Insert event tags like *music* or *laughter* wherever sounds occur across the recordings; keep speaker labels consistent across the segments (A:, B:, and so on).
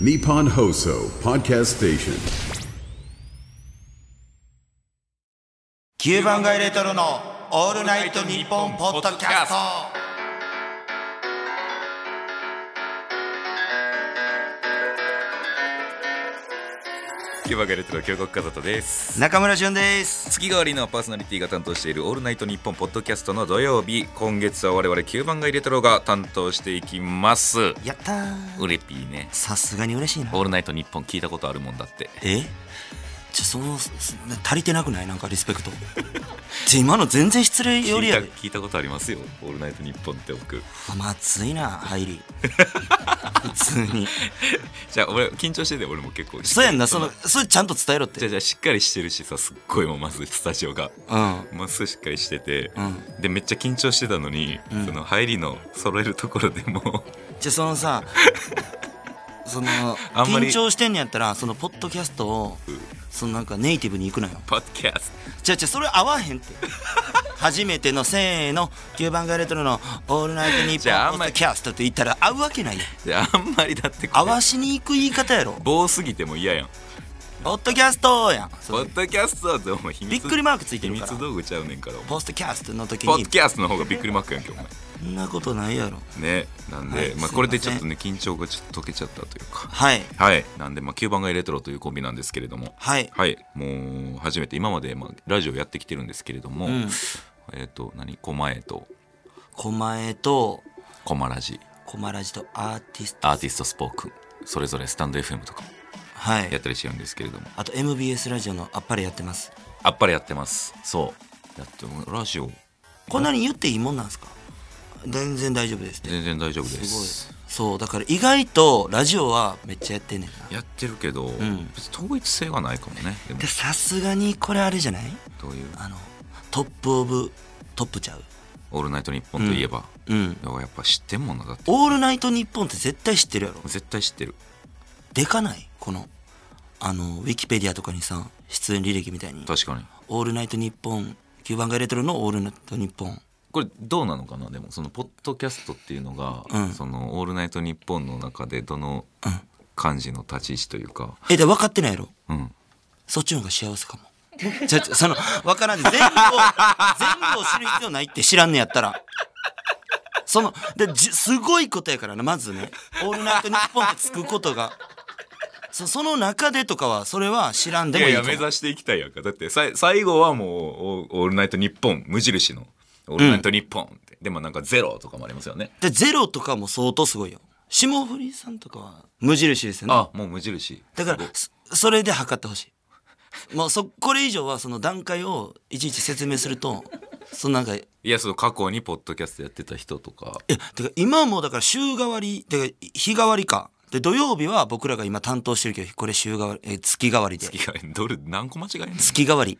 A: Nippon Hoso Podcast Station.
B: 九番街レトロのオールナイトニッポンポッドキャスト。
C: キューバガレットの京極和人です
B: 中村俊です。
C: 月替わりのパーソナリティが担当している「オールナイトニッポン」ポッドキャストの土曜日今月は我々9番街レトロが担当していきます
B: やったー。
C: ウレピーね
B: さすがに嬉しい
C: 「
B: な。
C: オールナイトニッポン」聞いたことあるもんだって
B: え？ちょそのそ足りてなくないなんかリスペクト。ちょ今の全然失礼より
C: 聞
B: や
C: いた。聞いたことありますよ「オールナイトニッポン」って僕
B: まあ熱いな入り。普通に。
C: じゃあ俺緊張してて俺も結構
B: そうやんなそ
C: そ
B: の
C: の
B: それちゃんと伝えろっ
C: じゃあ
B: て。
C: じゃあしっかりしてるしさすっごいもうまずスタジオが。
B: うん。
C: まっすぐしっかりしてて、
B: うん
C: でめっちゃ緊張してたのに、その入りの揃えるところでも *laughs*
B: じゃあそのさその
C: あんまり
B: 緊張してんのやったらそのポッドキャストをそのなんかネイティブに行くのよ
C: 「ポッドキャス
B: じゃあじゃあそれ合わへんって *laughs* 初めてのせーの9番街レトロの「オールナイトニッ
C: じゃああ
B: ポン」ポ
C: んま
B: ッ
C: り
B: ドキャストって言ったら合うわけないやん
C: ト」であんまりだってこ
B: 合
C: れ
B: わしに行く言い方やろ
C: 棒すぎても嫌やん
B: ポッドキャストやんそ
C: ポ
B: れ
C: ッドキャストはでも秘密
B: びっくりマークついてるから
C: 秘密道具ちゃうねんからお前
B: ポッドキャストの時
C: ポッ
B: に
C: ドキャストの方がびっくりマークやんけお前
B: そんなことないやろ
C: ねなんで、
B: はい
C: ます
B: いま
C: あ
B: せん
C: これでちょっとね緊張がちょっと解けちゃったというか
B: はい
C: はいなんでまあ9番がレトロというコンビなんですけれども
B: はい
C: はいもう初めて今までまあラジオやってきてるんですけれども、
B: ん
C: えっ、と何狛江と
B: 狛江と
C: 狛ラジ
B: 狛ラジとアーティスト
C: アーティストスポークンそれぞれスタンド FM とか
B: は
C: やっ
B: い
C: たりしてるんですけれども
B: あと MBS ラジオの「あっぱれ」やってます
C: あっぱれやってますそうやってもラジオ
B: こんなに言っていいもんなんですか全然大丈夫ですって
C: 全然大丈夫で
B: す
C: す
B: ごいそうだから意外とラジオはめっちゃやってんねんな
C: やってるけど、
B: ん
C: 別に統一性がないかもねでも
B: でさすがにこれあれじゃない
C: どういう
B: あのトップオブトップちゃう
C: 「オールナイトニッポン」といえば、
B: うん
C: だからやっぱ知ってんもんなだって
B: 「オールナイトニッポン」って絶対知ってるやろ
C: 絶対知ってる
B: でかないこのあのウィキペディアとかにさ出演履歴みたいに
C: 確かに
B: 「オールナイトニッポン」9番街レトロの「オールナイトニッポン
C: これどうなのかなでもそのポッドキャストっていうのが「
B: うん
C: そのオールナイトニッポン」の中でどの感じの立ち位置というか」
B: えで分かってないやろ
C: うん
B: そっちの方が幸せかも。ちょ、ちょ、その、わからんで、全部を、全部を知る必要ないって知らんねやったら。その、で、じ、すごいことやからな、まずね。オールナイトニッポンってつくことが。そ、その中でとかは、それは知らんでもいいかも。
C: していきたいやんかだってさい最後はもう「オールナイトニッポン」無印の「オールナイトニッポン」って、でもなんか「ゼロとかもありますよね
B: で、ゼロとかも相当すごいよ。霜降りさんとかは、無印ですよね。
C: あもう無印
B: だから、そそれで測ってほしい。もう、そ、これ以上は、その段階を、いちいち説明すると、 *laughs* そのなんか、
C: いやその過去にポッドキャストやってた人とか
B: いや、てか今もだから週替わり、てか日替わりか。で、土曜日は僕らが今担当してるけど、これ週替わり、え月替わりで。
C: 月替わりどれ何個間違えんの
B: 月替わり。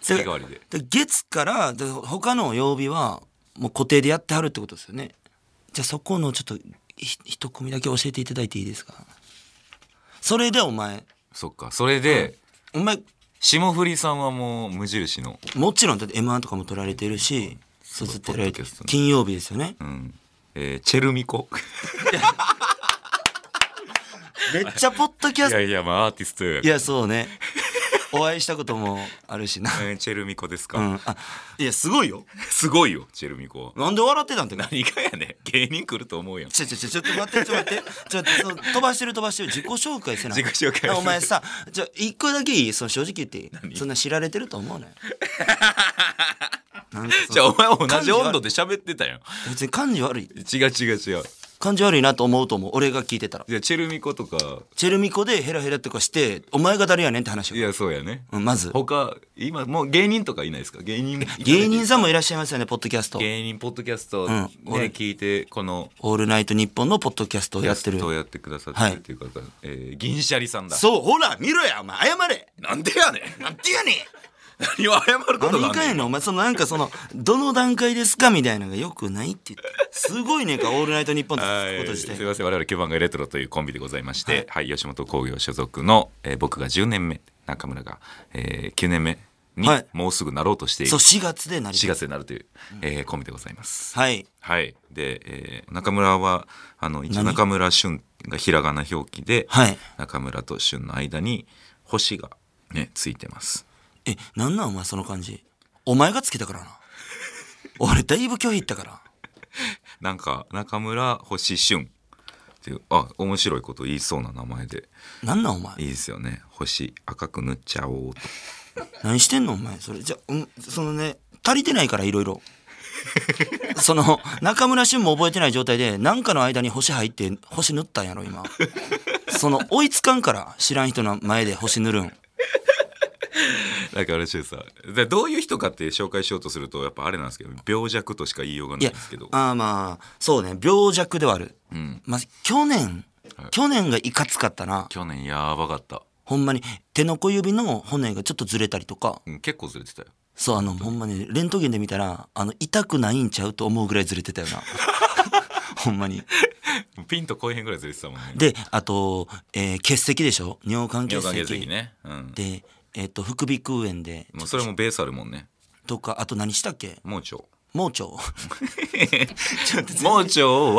C: 月替わりで
B: で月から、で他の曜日はもう固定でやってはるってことですよね。じゃあそこのちょっとひ一組だけ教えていただいていいですかそれでお前、
C: そっかそれで
B: お前、
C: 霜降りさんはもう無印の
B: もちろんだって M1 とかも取られてるし、そうずっとやられて
C: ポッドキャストね
B: 金曜日ですよね
C: う。んえーチェルミコ
B: めっちゃポッドキャス
C: い
B: ト
C: や、いやまあアーティストや
B: いや、そうね。お会いしたこともあるしな。
C: えーチェルミコですか、
B: うん、あいやすごいよ
C: すごいよチェルミコ
B: なんで笑ってたんってな
C: 何がやねん芸人来ると思うやん
B: ちょちょちょちょっと待ってちょっと待ってちょっとその飛ばしてる飛ばしてる自己紹介せな
C: 自己紹介する
B: お前さちょ一個だけいいその正直言っていいそんな知られてると思うねなんかその
C: じゃあお前同じ温度で喋ってたやん
B: 別に感じ悪い
C: 違う違う違う
B: 感じ悪いなと思うと思う俺が聞いてたら
C: じゃあチェルミコとか
B: チェルミコでヘラヘラとかしてお前が誰やねんって話
C: い
B: よ、
C: やそうやね
B: うん、まず
C: 他今もう芸人とかいないですか芸人
B: 芸人さんもいらっしゃいますよねポッドキャスト
C: 芸人ポッドキャスト、
B: ん
C: ね
B: 俺
C: 聞いてこの
B: 「オールナイトニッポン」のポッドキャストをやって
C: キャス
B: る
C: トをやってくださっ
B: は
C: て
B: い
C: るっていう方、えー銀シャリさんだ
B: そうほら見ろやお前謝れ
C: なんでやねん *laughs* なんでやねん何を謝ることが
B: 何
C: あん
B: か
C: ね
B: や
C: ん
B: ねんお前そのなんかそのどの段階ですかみたいなのがよくないって言ってすごいねんか「オールナイトニッポン」って
C: は
B: つくこと
C: い
B: し
C: す
B: て
C: いません我々9番がレトロというコンビでございまして、はい吉本興業所属の、えー僕が10年目中村が、え9年目に
B: はい
C: もうすぐなろうとしている
B: そう、4月でなり
C: 4月になるという、えーコンビでございます。
B: はい。
C: はい。で、えー中村は、あの、一応
B: 何
C: 中村俊がひらがな表記で、
B: はい
C: 中村と俊の間に星がね、ついてます。
B: え、なんなんお前その感じ。お前がつけたからな。俺だいぶ拒否いったから。
C: なんか、中村星俊っていう、あ、面白いこと言いそうな名前で、
B: なんなんお前
C: い。いですよね。星赤く塗っちゃ *laughs* おうと。
B: 何してんのお前。それじゃ、うん、そのね、足りてないからいろいろ。その、中村俊も覚えてない状態で、なんかの間に星入って、星塗ったんやろ、今。その、追いつかんから、知らん人の前で星塗るん。
C: だからしいさ、でどういう人かって紹介しようとすると、やっぱあれなんですけど、病弱としか言いようが
B: い
C: ない
B: や
C: んですけど、、
B: あーまあ、そうね、病弱ではある。まあ、去年、去年がいかつかったな。
C: 去年やばかった。
B: ほんまに、手の小指の骨がちょっとずれたりとか、
C: うん結構ずれてたよ。
B: そう、あの、ほんまに、レントゲンで見たら、あの、痛くないんちゃうと思うぐらいずれてたよ
C: *laughs*
B: な。ほんまに。
C: ピンとこいへんぐらいずれてたもんね。
B: で、あと、えー結石でしょ尿管結
C: 尿
B: 石。
C: 管結石ね。うん。
B: で、えっ、と、副鼻腔炎で、
C: もうそれもベースあるもんね。
B: とか、あと何したっけ
C: 盲腸。 *laughs*
B: 盲腸。
C: 盲腸を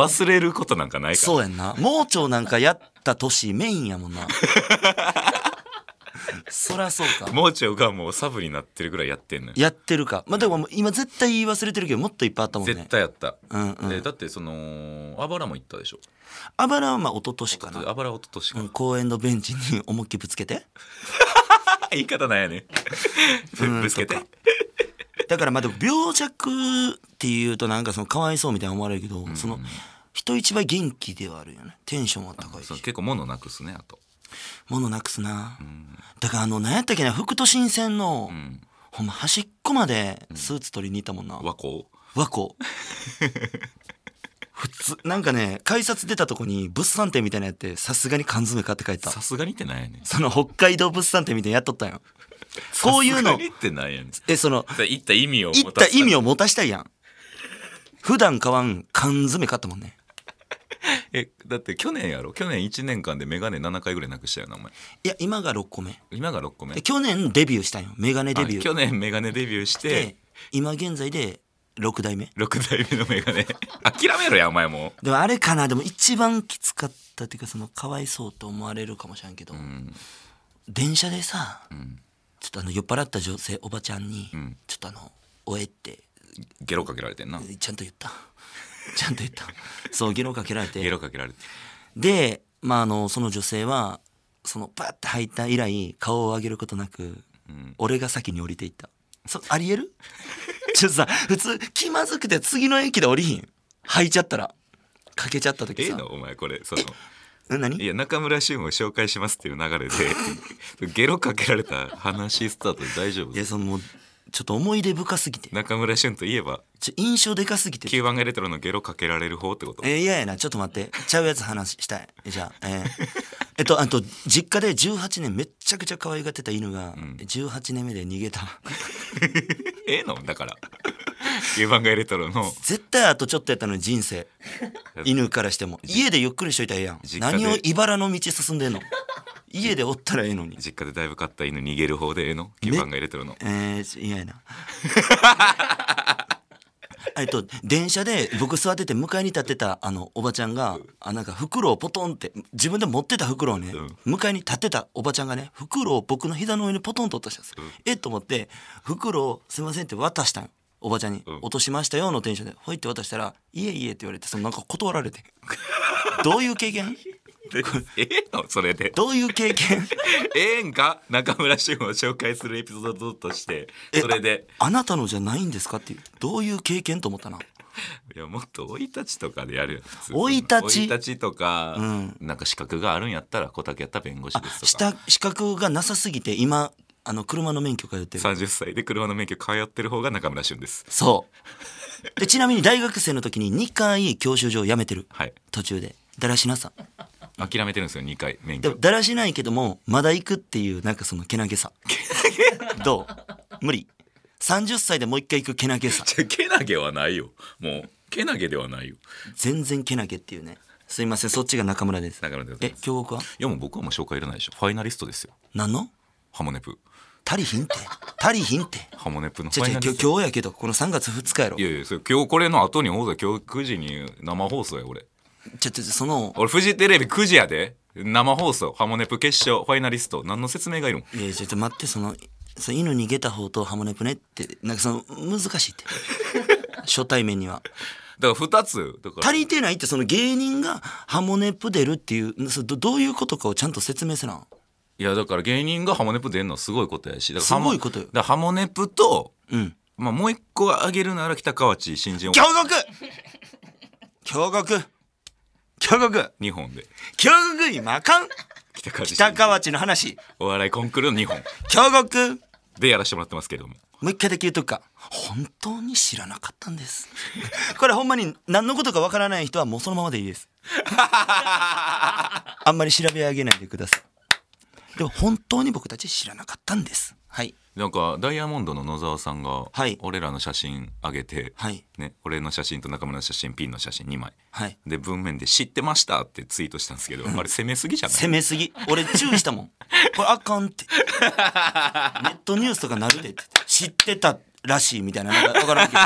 C: 忘れることなんかないから。
B: そうやんな。盲腸なんかやった年、メインやもん
C: *laughs*
B: な。そりゃそうか。
C: 盲腸がもうサブになってるぐらいやってんのよ。
B: やってるか。まあ、でも今絶対言い忘れてるけど、もっといっぱいあったもんね。
C: 絶対やった。
B: うんうん
C: でだってその、あばらも行ったでしょ。
B: あばらはまあ一昨年かな。
C: あばらおととしか。
B: うん公園のベンチに思いっきりぶつけて。
C: *laughs* 言い方なんやね。ぶぶつけて。
B: だからまあでも病弱っていうとなんかそのかわいそうみたいに思われるけど、その人一倍元気ではあるよね。テンションも高いし
C: そう。結構物なくすね、あと。
B: 物なくすな。だからあの、何やったっけな、副都心線の、ほんま端っこまでスーツ取りに行ったもんな。
C: 和光。
B: 和光 *laughs* 普通なんかね改札出たとこに物産展みたいなのやってさすがに缶詰買って帰った
C: さすがにってなんやねん。
B: その北海道物産展みたいなのやっとったんよこういう
C: さす
B: の
C: がにってなんやねん。
B: えその
C: 行った意味を。
B: 行った意味
C: を。
B: を持たしたいやん普段買わん缶詰買ったもんね
C: え、だって去年やろ去年1年間でメガネ7回ぐらいなくしたよな、お前。
B: いや今が6個目
C: 今が6個目
B: で。去年デビューしたんよメガネデビュ
C: はい
B: ー
C: 去年メガネデビューし
B: で
C: て、
B: 今現在で6代目
C: 6代目のメガネ。 *laughs* 諦めろや、お前も
B: でもあれかなでも一番きつかったっていうかそのかわいそうと思われるかもしれんけど、電車でさ、ちょっとあの酔っ払った女性おばちゃんに、ちょっとあの「おえ」って
C: う。ゲロかけられてんな。
B: ちゃんと言ったちゃんと言
C: *laughs*
B: ったそうゲロかけられ
C: ゲ
B: て
C: ロかけられて。
B: で、まあ、あのその女性はそのパッて吐いた以来顔を上げることなく、俺が先に降りていったそありえる *laughs* ちょっとさ普通気まずくて次の駅で降りひん吐いちゃったらかけちゃった時
C: ええ
B: さ
C: のお前これ。その、
B: え何
C: いや、中村俊を紹介しますっていう流れ
B: *laughs*
C: で、ゲロかけられた話スタートで大丈
B: い
C: 夫
B: やそのもうちょっと思い出深すぎて
C: 中村俊といえば、
B: ちょ印象でかすぎて
C: Q1 エレトロのゲロかけられる方ってこと
B: えー、嫌やなちょっと待ってちゃうやつ話したいじゃあえーえっとあと実家で18年めっちゃくちゃ可愛がってた犬が18年目で逃げた
C: ええのだから。Q1 エレトロの
B: 絶対あとちょっとやったのに人
C: *laughs*
B: 生犬からしても家でゆっくりしといたらええやん
C: 実家で
B: 何を茨の道進んでんの家でおったらええのに
C: 実家でだいぶ飼った犬逃げる方でええの ?Q1 エレトロの。
B: えー、嫌やな。 *laughs* えっと、電車で僕座ってて迎えに立ってたあのおばちゃんが、あなんか袋をポトンって自分で持ってた袋をね、迎えに立ってたおばちゃんがね袋を僕の膝の上にポトンと落としたんです、えっと思って袋を「すいません」って渡したんおばちゃんに、落としましたよ」のテンションで「ほい」って渡したら「いえいえ」って言われてそのなんか断られて *laughs* どういう経験
C: ええのそれで。
B: どういう経験
C: ええんか中村俊を紹介するエピソードとして
B: え
C: それで
B: あなたのじゃないんですかっていうどういう経験と思ったない
C: やもっと生い立ちとかでやるよ普通
B: 生い立ち
C: 生い立ちとか、なんか資格があるんやったら小竹やったら弁護士ですとか
B: した資格がなさすぎて今あの車の免許通ってる
C: 30歳で車の免許通ってる方が中村俊です
B: そうでちなみに大学生の時に2回教習所を辞めてる、
C: はい
B: 途中でだらしなさ
C: 諦めてるんですよ2回免
B: でも
C: 許
B: だらしないけどもまだ行くっていうなんかそのけなげさどう無理30歳でもう一回行くけなげさ
C: じゃけなげはないよもうけなげではないよ
B: 全然けなげっていうねすいませんそっちが中村です
C: 中村でござい
B: え
C: ます
B: 京極はい
C: やもう僕はもう紹介いらないでしょファイナリストですよ
B: 何の
C: ハモネプ
B: 足りひんって足りひんって
C: ハモネプの
B: じゃじゃ今日今日やけどこの3月2日やろ
C: いやいやそれ今日これの後に放送今日9時に生放送や俺
B: ちょちょその
C: 俺フジテレビ9時やで生放送ハモネプ決勝ファイナリスト何の説明がいるん
B: いやちょっと待ってそのその犬逃げた方とハモネプねってなんかその難しいって初対面には
C: だから2つだから
B: 足りてないってその芸人がハモネプ出るっていうそどどういうことかをちゃんと説明せない
C: やだから芸人がハモネプ出んのすごいことやしだからハ
B: す
C: モ
B: ごいことよ
C: だからハモネプと、
B: うん
C: まあ、もう一個あげるなら北河内新人
B: 驚愕驚愕驚愕
C: 2本で
B: 驚愕今あかん
C: 北河内新人
B: 北河内の話
C: お笑いコンクールの2本
B: 驚愕
C: でやらせてもらってますけれども
B: もう一回だけ言うとくか本当に知らなかったんですこれほんまに何のことかわからない人はもうそのままでいい
C: *laughs*
B: ですあんまり調べ上げないでくださいでも本当に僕たち知らなかったんですはい
C: なんかダイヤモンドの野沢さんが
B: はい
C: 俺らの写真あげて、
B: はい
C: ね、俺の写真と中村の写真ピンの写真2枚、
B: はい
C: で文面で「知ってました」ってツイートしたんです
B: *laughs*
C: けどあれ攻めすぎじゃない
B: 攻めすぎ俺注意したもんこれあかんってネットニュースとかなるでって知ってたらしいみたいななんか分
C: *laughs*
B: からんけど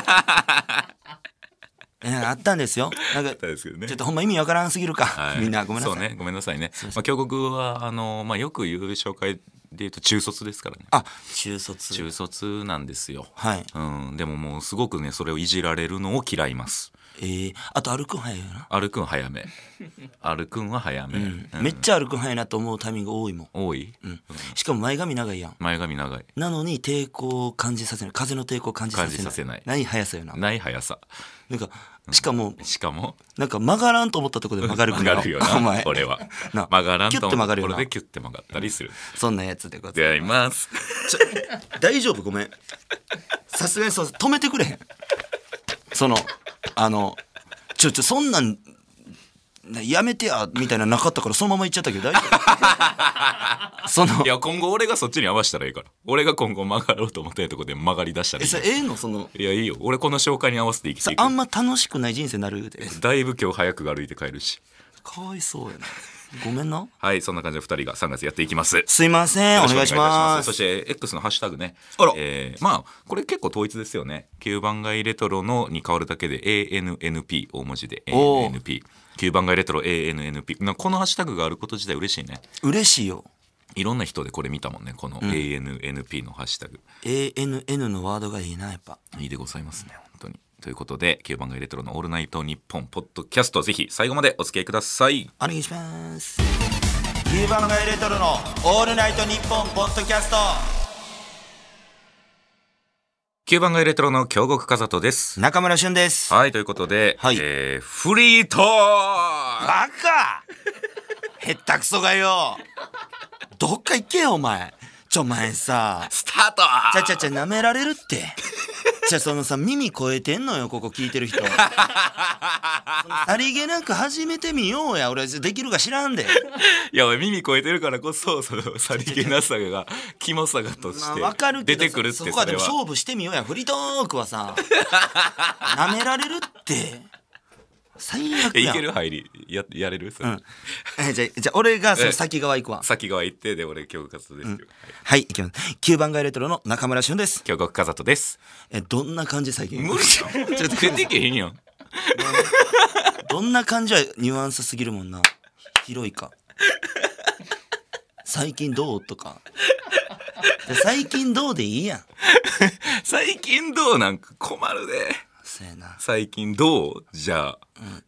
B: えなんかあったんですよなんか
C: たんですけどね
B: ちょっとほんま意味わからんすぎるか、
C: はい
B: みんなごめんなさい、
C: そうねごめんなさいね、まあ、京極はあの、まあ、よく言う紹介で言うと中卒ですからね
B: あ中卒
C: 中卒なんですよ、
B: はい
C: うん、でももうすごくねそれをいじられるのを嫌います
B: えー、あと歩くん早いよな、
C: 歩くん
B: *laughs*
C: 早め歩くんは早め、うん
B: めっちゃ歩くん早いなと思うタイミング多いもん、
C: 多い、
B: しかも前髪長いやん
C: 前髪長い
B: なのに抵抗を感じさせない風の抵抗を感じさせない
C: 感じさせない
B: ない速さよな
C: ない速さ
B: なんかしかも
C: しかも
B: なんか曲がらんと思ったところで曲がるく
C: 曲
B: らい
C: がるよ
B: お前
C: な俺は
B: な
C: 曲がらん
B: キュッ
C: と
B: て曲が
C: 思
B: る
C: う
B: よ
C: こ
B: な
C: れでキュッて曲がったりする
B: そんなやつでござい
C: 出会います
B: ますちょ大丈夫ごめんさすがにそう止めてくれへんそのあのちょちょそんなんなやめてやみたいなのなかったからそのまま行っちゃったけど大丈
C: *laughs*
B: 夫その
C: いや今後俺がそっちに合わせたらいいから俺が今後曲がろうと思ったとこで曲がり出したら
B: え
C: いい
B: そ
C: よ
B: れええのその
C: いやいいよ俺この紹介に合わせて生き
B: さ
C: ていく
B: あんま楽しくない人生なるで
C: だいぶ今日早く歩いて帰るし
B: かわいそうやなごめんな
C: はいそんな感じで2人が3月やっていきます
B: すいませんお願いしま
C: そし
B: す
C: て X のハッシュタグね。
B: あら
C: えーまあこれ結構統一ですよね。九番街レトロのに変わるだけで ANNP 大文字で
B: おー
C: ANNP。九番街レトロ ANNP。なこのハッシュタグがあること自体嬉しいね。
B: 嬉しいよ
C: いろんな人でこれ見たもんね。この ANNP のハッシュタグ。
B: ANN のワードがいいなやっぱ
C: いいでございますね。本当に。ということで九番街レトロのオールナイトニッポンポッドキャストぜひ最後までお付き合いください。
B: お願いしますキューバのガイレトロのオールナイトニッポンポッドキャスト
C: 九番街レトロの京極和人です。
B: 中村俊です
C: はいということで、
B: はい
C: えーフリートーク
B: バカへったくそがよどっか行けよお前ちょお前さ
C: スタート
B: ちゃちゃちゃ舐められるって。じゃあそのさ耳超えてんのよここ聞いてる人そのさりげなく始めてみようや俺できるか知らんで
C: いや俺耳超えてるからこそそのさりげなさがキモさがとし
B: まあ
C: て
B: わかるけ
C: 出
B: ど
C: てくるって
B: そ
C: そ
B: そ
C: れ
B: こはでも
C: は
B: 勝負してみようやフリートークはさ舐められるって最悪
C: えい
B: やん
C: ける入りややれる、それ
B: うんえじゃあじゃあ俺がその先側行くわ
C: 先側行ってで俺恐喝ですよ、はい
B: はい行きます9番街レトロの中村俊です
C: 京極和人です
B: えどんな感じ最近
C: 無理やんちょっと出てけへんやん
B: どんな感じはニュアンスすぎるもんな。広いか。最近どうとか。で最近どうでいいやん。
C: 最近どうなんか困るで
B: そうやな。
C: 最近どうじゃあ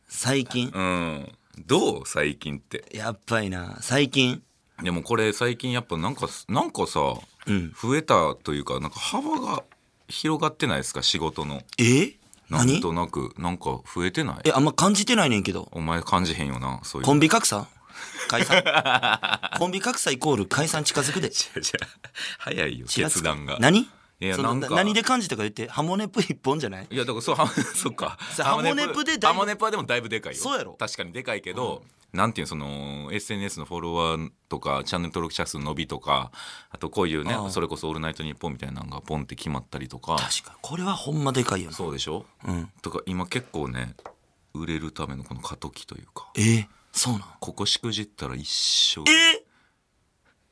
B: 最近。
C: うんどう最近って
B: やっぱりな。最近。
C: でもこれ最近やっぱなんかなんかさ、
B: ん
C: 増えたというかなんか幅が広がってないですか仕事の
B: え
C: なん
B: 何
C: となくなんか増えてない
B: え、あんま感じてないねんけど。
C: お前感じへんよなそういう
B: コンビ格差解散。コンビ格差イコール解散近づくで。
C: *laughs* じゃじゃ早いよ
B: 4月
C: 決
B: か
C: 断が
B: 何
C: いや
B: その
C: なんか
B: 何で感じたか言って、ハモネプ一本じゃない
C: いやだからそうハモ *laughs* そっか
B: そうハモネプでだいぶ
C: ハモネプはでもだいぶでかいよ
B: そうやろ
C: 確かにでかいけど、なんていうのその SNS のフォロワーとかチャンネル登録者数の伸びとかあとこういうね
B: ああ
C: それこそ「オールナイトニッポン」みたいなのがポンって決まったりとか
B: 確かに。これはほんまでかいよな。
C: そうでしょ、とか今結構ね売れるためのこの過渡期というか
B: えそうなん
C: ここしくじったら一生
B: え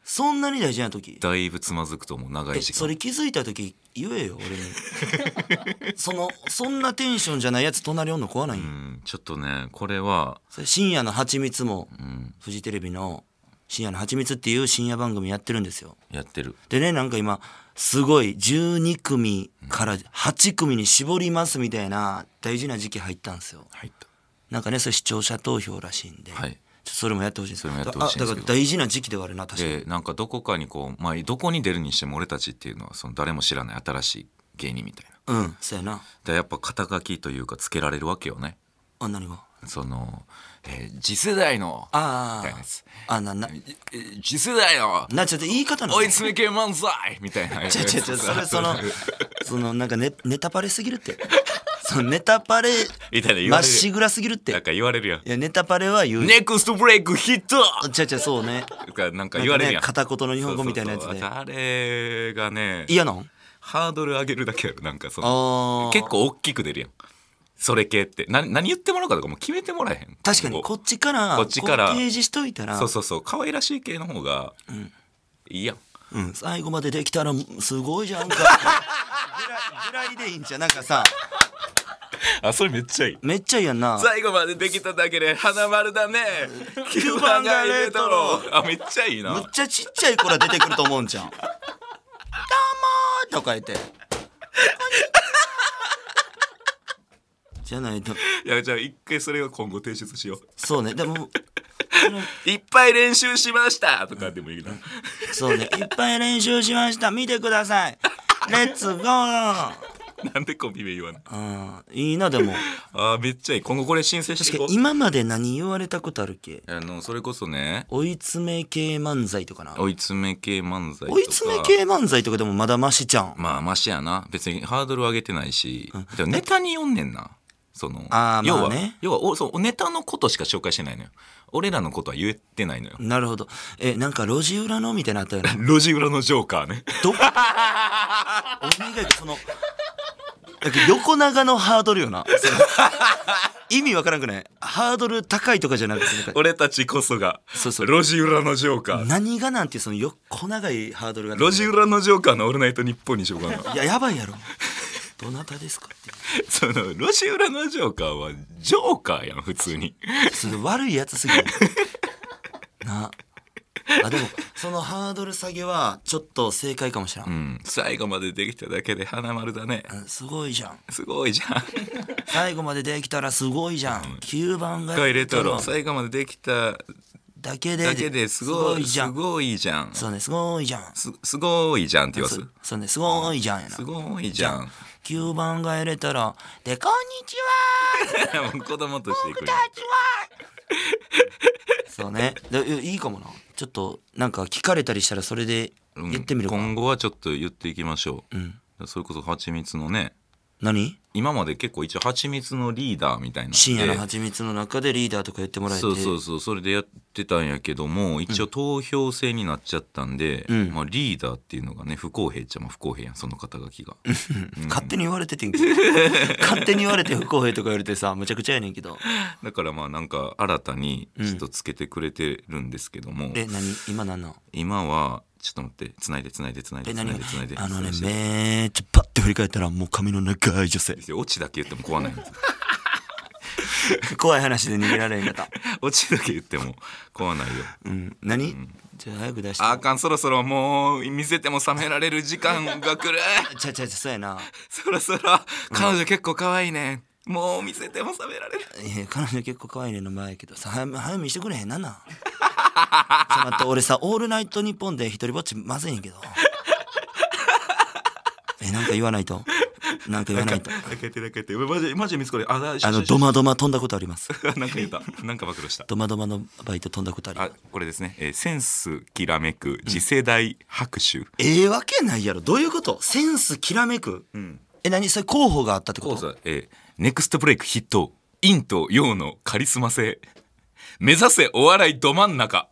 B: そんなに大事な時
C: だいぶつまずくと思う長
B: え
C: い時間
B: それ気づいた時言えよ俺に *laughs* そのそんなテンションじゃないやつ隣おんの怖ないんよ
C: うんちょっとねこれは
B: それ深夜のはちみつも、フジテレビの深夜のはちみつっていう深夜番組やってるんですよ
C: やってる
B: でねなんか今すごい12組から8組に絞りますみたいな大事な時期入ったんですよ
C: 入った
B: なんかねそれ視聴者投票らしいんで、
C: はい
B: ちょっとそれもやってほしいです
C: それもやってほしいんです
B: あ
C: けど
B: だから大事な時期ではあるな確かに
C: でなんかどこかにこうまあどこに出るにしても俺たちっていうのはその誰も知らない新しい芸人みたいな
B: うんそうやな
C: でやっぱ肩書きというかつけられるわけよね
B: あ何が
C: その、えー次世代のみ
B: あ
C: たいなやつ
B: ああなな
C: えー次世代の
B: なちょっと言い方の
C: 追い詰め系漫才みたいなやつ
B: 違う違
C: *laughs*
B: う違うそれそのそのなんかネネタパレすぎるってそのネタパレ
C: みたいな言
B: ま
C: わ
B: っ
C: れる
B: しぐらすぎるって
C: なんか言われるやん
B: いやネタパレは言う
C: ネクストブレイクヒット
B: ちゃちゃそうね
C: とかなんか言われるや
B: なん
C: ん
B: かね片言の日本語みたいなやつで
C: そうそうそうあれがね
B: 嫌なん
C: ハードル上げるだけやろなんかそ
B: あ
C: の
B: ー
C: 結構大きく出るやんそれ系ってな何言ってもらうかとかもう決めてもらえへん
B: 確かに
C: 今
B: こ
C: 後
B: っちから
C: こっちから
B: こう提示しといたら
C: そうそうそう可愛らしい系の方がいいやん
B: うん、最後までできたらすごいじゃん
C: *laughs*
B: かぐらいぐらいでいいんじゃうなんかさ
C: あそれめっちゃいい
B: めっちゃいいやんな
C: 最後までできただけで花丸だ
B: *laughs*
C: ね9番がレトロあめっちゃいい
B: むっ
C: な
B: ちゃちっちゃい子ら出てくると思うんじゃ *laughs* ん「どうもー」とか言って *laughs* じゃないと
C: いやじゃあ一回それを今後提出しよう
B: そうねでも
C: いっぱい練習しましたとかでもいいな *laughs*
B: そうねいっぱい練習しました見てくださいレッツゴー
C: なんでコンビ名言わない
B: うんいいなでも
C: あめっちゃいい今後これ申請して
B: 確
C: いこ
B: かに今まで何言われたことあるっけ
C: うあのそれこそね
B: 追い詰め系漫才とかな
C: 追い詰め系漫才とか
B: 追い詰め系漫才とかでもまだマシじゃん
C: まあマシやな別にハードル上げてないし、でもネタに読んねんなその
B: あー
C: 要は、
B: まあね
C: 要はおそうネタのことしか紹介してないのよ俺らのことは言ってないのよ
B: なるほどえなんか路地裏のみたいなのあったよね
C: 路地裏のジョーカー
B: *laughs*
C: ね
B: どお願いそのだけど横長のハードルよなその意味わからんくないハードル高いとかじゃなくてなんか
C: 俺たちこそが
B: そうそう
C: 路地裏のジョーカー
B: 何がなんていうその横長いハードルが
C: 路地裏のジョーカーの「オールナイトニッポン」にしようか
B: *laughs*
C: な
B: いややばいやろどなたですかっ
C: その路地裏のジョーカーはジョーカーやん普通に
B: てそれ悪いやつすぎるなあでもそのハードル下げはちょっと正解かもしれん、
C: うん最後までできただけで花丸だね
B: うんすごいじゃん
C: すごいじゃん
B: 最後までできたらすごいじゃん9番が
C: 一回レトロ最後までできた
B: だけで
C: だけですごい
B: じゃ
C: す
B: ん
C: ごいじゃん
B: そうねすごいじゃん
C: すすごいじゃんって言わす
B: そそうねすごいじゃんやな
C: すごいじゃんも
B: 9番が入れたら「でこんにち
C: *laughs* う子供としてい
B: はこん
C: く
B: にちは!」そうねでいいいかもなちょっとなんか聞かれたりしたらそれで
C: うん
B: 言ってみるか、
C: 今後はちょっと言っていきましょう、それこそ蜂蜜のね
B: 何
C: 今まで結構一応蜂蜜のリーダーみたいな
B: 深夜の
C: で
B: はちみつの中でリーダーとか言ってもらえて
C: そうそうそうそれでやってたんやけども一応投票制になっちゃったんで、
B: ん
C: まあ、リーダーっていうのがね不公平っちゃまあ不公平やんその肩書きが
B: 勝手に言われてて
C: *laughs*
B: んけど勝手に言われて不公平とか言われてさむちゃくちゃやねんけど
C: だからまあなんか新たにちょっとつけてくれてるんですけども、
B: え何今何なん
C: 今はちょっと待ってつないでつないでつないで
B: え
C: つない
B: 何
C: でつないで
B: あのね
C: つないで
B: めっちゃパッて振り返ったらもう髪の長い女性
C: 落ちだけ言っても怖ないんですよ
B: 怖い話で逃げられへんかった
C: 落ちだけ言っても怖ないよ
B: うん何、じゃあ早く出して
C: あかんそろそろもう見せても冷められる時間が来る
B: ちゃちゃちゃそうやな
C: そろそろ彼女結構可愛いねもう見せても冷められる
B: いや彼女結構可愛いねの前やけどさ早め早めにしてくれへんなん *laughs* なんちょ待って俺さ「オールナイトニッポン」で一人ぼっちまずいんや *laughs* けどえなんか言わないとなんか言わないと
C: 開けて開けてうわマジマジ見つかるあだ
B: あのドマドマ飛んだことあります
C: なんか言ったなんか暴露した
B: ドマドマのバイト飛んだことありま
C: あ
B: す
C: これですね、えーセンスきらめく次世代拍手、
B: ええわけないやろどういうことセンスきらめく、え何それ候補があったってこ
C: 講
B: と
C: 座、えーネクストブレイク筆頭、陰と陽のカリスマ性。目指せお笑いど真ん中。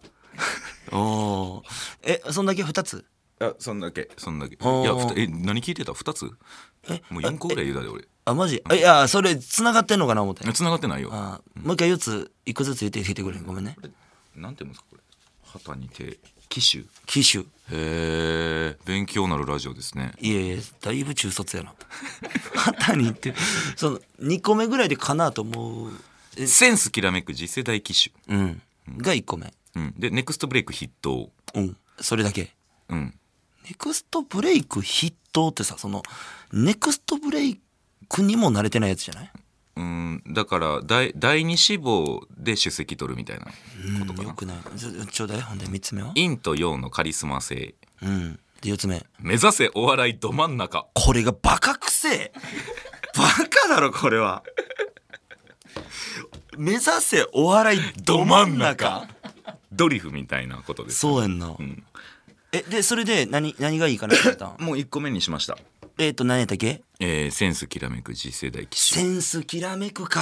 B: おーえそんだけ2つ
C: あ、そんだけ。そんだけ。い
B: ー
C: や、ふたえ、何聞いてた二つもう4個ぐらい言うだで俺。
B: あマジあいやそれ繋がってんのかな思って
C: 繋がってないよ。
B: あもう一回4つ1個ずつ言ってきてくれごめんね
C: なんて言うんですか、これ。旗に手、機種
B: 機種
C: へえ勉強なるラジオですね
B: いやいやだいぶ中卒やな畑にってその2個目ぐらいでかなと思うえ
C: センスきらめく次世代機種、
B: うんが1個目
C: うん、でネクストブレイク筆頭
B: うんそれだけ
C: うん
B: ネクストブレイク筆頭ってさそのネクストブレイクにも慣れてないやつじゃない
C: うんだから第第二志望で首席取るみたいなことかな、
B: よくないちょちょうだいほんで3つ目は
C: 陰と陽のカリスマ性
B: うんで4つ目
C: 目指せお笑いど真ん中
B: これがバカくせえバカだろこれは目指せお笑いど真ん中
C: ドリフみたいなことです
B: そうやんな、えでそれで何何がいいかなって言ったん
C: もう1個目にしました、
B: えっと何やったっけ
C: えーセンスきらめく次世代機種
B: センスきらめくか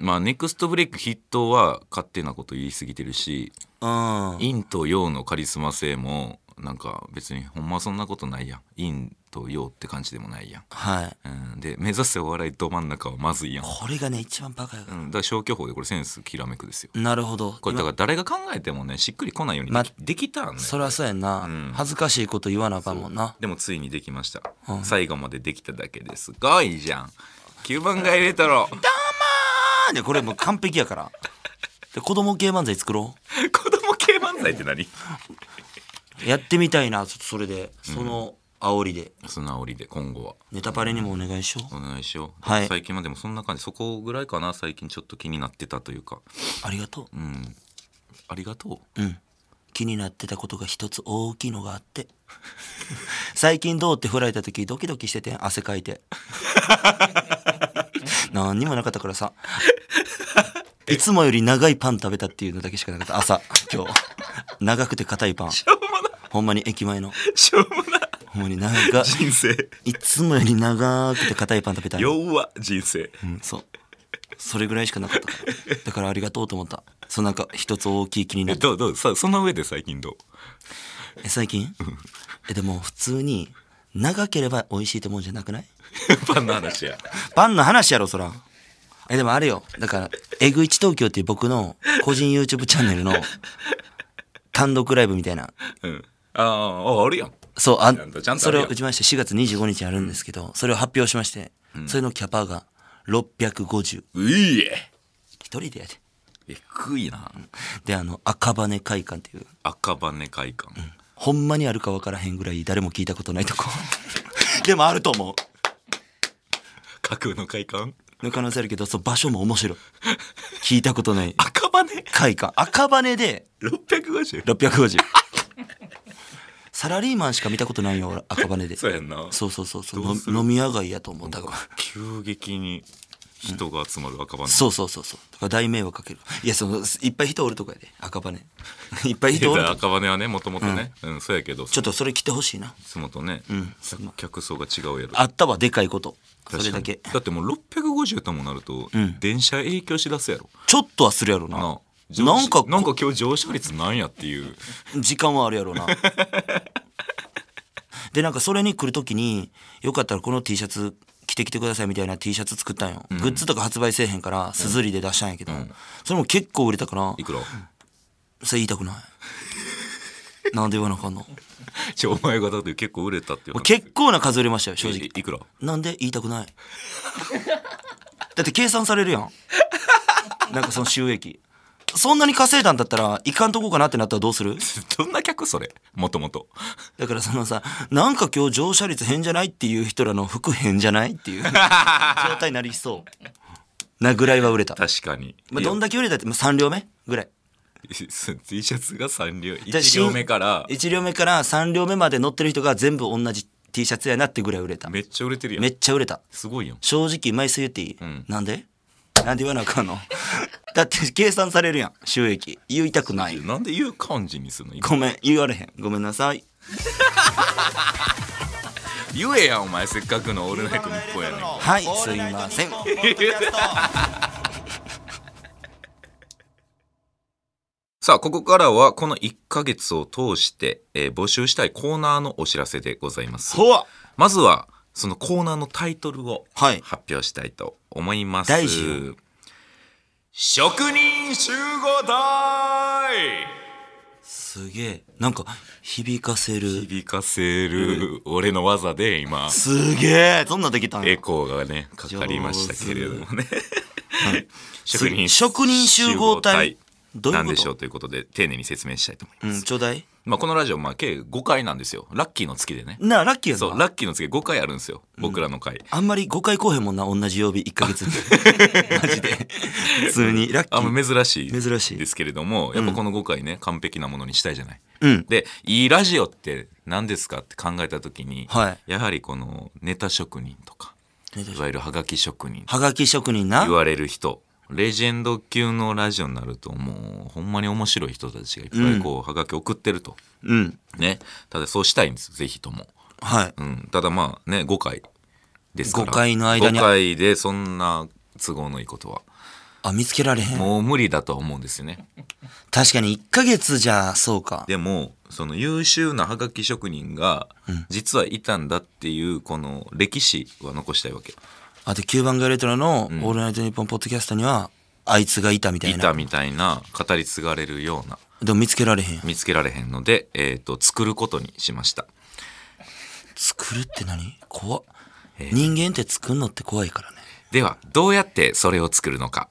C: まあネクストブレイク筆頭は勝手なこと言い過ぎてるし
B: うん、
C: 陰と陽のカリスマ性もなんか別にほんまそんなことないやん陰と陽って感じでもないやん
B: はい
C: うんで目指せお笑いど真ん中はまずいやん、う
B: これがね一番バカやから
C: ん、だから消去法でこれセンスきらめくですよ
B: なるほど
C: これだから誰が考えてもねしっくりこないように
B: ま
C: でき,、できたんね
B: そりゃそうやんな、恥ずかしいこと言わなあかんもんな
C: でもついにできました、最後までできただけですごいじゃん9番街レ
B: *laughs*
C: トロ
B: あーでこれもう完璧やからで子供系漫才作ろ
C: 子供系漫才って何 *laughs*
B: うやってみたいなちょっとそれでその煽りで
C: その煽りで今後は
B: ネタパレにもお願いしよう、
C: お願いしよう、
B: はい
C: 最近までもそんな感じそこぐらいかな最近ちょっと気になってたというか
B: ありがとう、
C: うんありがとう
B: 気になってたことが一つ大きいのがあって最近どうって振られた時ドキドキしててん汗かいて何にもなかったからさいつもより長いパン食べたっていうのだけしかなかった朝今日長くて硬いパンほんまに駅前の
C: *laughs* しょうもな
B: ほんまに長い
C: 人生
B: いつもより長くて硬いパン食べたい
C: 弱人生
B: うんそうそれぐらいしかなかったからだからありがとうと思ったそうなんか一つ大きい気にな
C: え
B: った
C: どうどうさその上で最近どう *laughs*
B: え最近えでも普通に長ければ美味しいってもんじゃなくない
C: パンの話や
B: パンの話やろそらえでもあれよだからえぐいち東京っていう僕の個人 YouTube チャンネルの単独ライブみたいな
C: うんああああるやん
B: そうあ
C: ちゃんとちゃんと
B: そ
C: ある
B: れ
C: やん
B: を打ちまして4月25日にあるんですけどそれを発表しまして、それのキャパが650
C: ういえ
B: 一人でやで
C: えくいな
B: であの赤羽会館っていう
C: 赤羽会館、
B: ほんまにあるか分からへんぐらい誰も聞いたことないとこ *laughs* でもあると思う
C: 架空の会館
B: の可能性あるけどそう場所も面白い聞いたことない
C: 赤羽
B: 会館赤羽で
C: 650?
B: 650サラリーマンしか見たことないよ俺赤羽で
C: そうやんな
B: そうそうそうそう
C: どうする
B: の飲み屋街やと思うだから
C: 急激に人が集まる赤羽、
B: そうそうそうそうだから大迷惑かけるいやそのいっぱい人おるとこやで赤羽いっぱい人おるとこ
C: 赤羽はねもともとねうん、そうやけど
B: ちょっとそれ来てほしいない
C: つもとね、客客層が違うやろ
B: あったわでかいことそ
C: 確かに
B: れだけ
C: だってもう650ともなると、電車影響しだすやろ
B: ちょっとはするやろな
C: なあ
B: なんか
C: なんか今日上昇率なんやっていう
B: 時間はあるやろう
C: *laughs*
B: なでなんかそれに来る時によかったらこの T シャツ着てきてくださいみたいな T シャツ作ったんよ、グッズとか発売せえへんからすずりで出したんやけど、それも結構売れたから
C: いく
B: *laughs*
C: ら
B: それ言いた
C: *laughs*
B: くないなんで言わなあかんの
C: ちょお前がだって結構売れたっていう話
B: 結構な数売れましたよ正
C: い
B: 直
C: いくら
B: なんで言いたくない *laughs* だって計算されるや
C: *laughs*
B: んなんかその収益そんなに稼いだんだったらいかんとこかなってなったらどうする
C: どんな客それもともと
B: だからそのさ、なんか今日乗車率変じゃないっていう人らの服変じゃない
C: *laughs*
B: っていう状態になりそう。なぐらいは売れた。
C: 確かに、
B: まあ、どんだけ売れたって、まあ、3両目ぐらい。
C: T シャツが3両
B: じゃあ
C: 1両目から
B: 1両目から3両目まで乗ってる人が全部同じ T シャツやなってぐらい売れた。
C: めっちゃ売れてるやん
B: めっちゃ売れた。
C: すごいやん
B: 正直、枚数言っていい、なんでなんで言わなあかんの *laughs* だって計算されるやん、収益。言いたくない。
C: なんで言う感じにするの
B: ごめん、言われへん。ごめんなさい。
C: 言えやお前せっかくの「オールナイトニッポン」やねんから
B: はい、すいません。
C: さあここからはこの1ヶ月を通して、えー募集したいコーナーのお知らせでございます
B: ほわ
C: まずはそのコーナーのタイトルを
B: はい
C: 発表したいと思います、
B: 大事よ
C: 職人集合体
B: すすげえなんか響かせる
C: 響かせる俺の技で今
B: すげえそんなんできたんや
C: エコーがねかかりましたけれどもね *laughs* 職
B: す職人集合体どういうこと
C: なんでしょうということで丁寧に説明したいと思います、
B: うんちょうだい
C: まあ、このラジオまあ計5回なんですよラッキーの月でね
B: なあラッキーや
C: そ
B: ぞ
C: うラッキーの月5回あるんですよ僕らの回、
B: あんまり5回来へんもんな同じ曜日1ヶ月
C: *laughs*
B: にマジで普通にラッキ
C: あん
B: ー
C: ま珍しい
B: 珍しい
C: ですけれどもやっぱこの5回ね、完璧なものにしたいじゃない、
B: うん
C: でいいラジオって何ですかって考えた時に、
B: はい
C: やはりこのネタ職人とか
B: ネタ職
C: いわゆるハガキ職人とか
B: はがき職人な
C: 言われる人レジェンド級のラジオになるともうほんまに面白い人たちがいっぱいこう、はがき送ってると
B: うん
C: ねただそうしたいんですぜひとも、
B: はい
C: うん、ただまあね5回ですから
B: 5回の間に
C: 5回でそんな都合のいいことは
B: あ見つけられへん
C: もう無理だとは思うんですよね
B: 確かに1ヶ月じゃそうか
C: でもその優秀なはがき職人が実はいたんだっていうこの歴史は残したいわけ
B: あと9番街レトロの「オールナイトニッポン」ポッドキャストにはあいつがいたみたい
C: い
B: な
C: たみたいな語り継がれるような
B: でも見つけられへん
C: 見つけられへんので、えー、と作ることにしました
B: 作るって何怖っ人間って作んのって怖いからね
C: ではどうやってそれを作るのか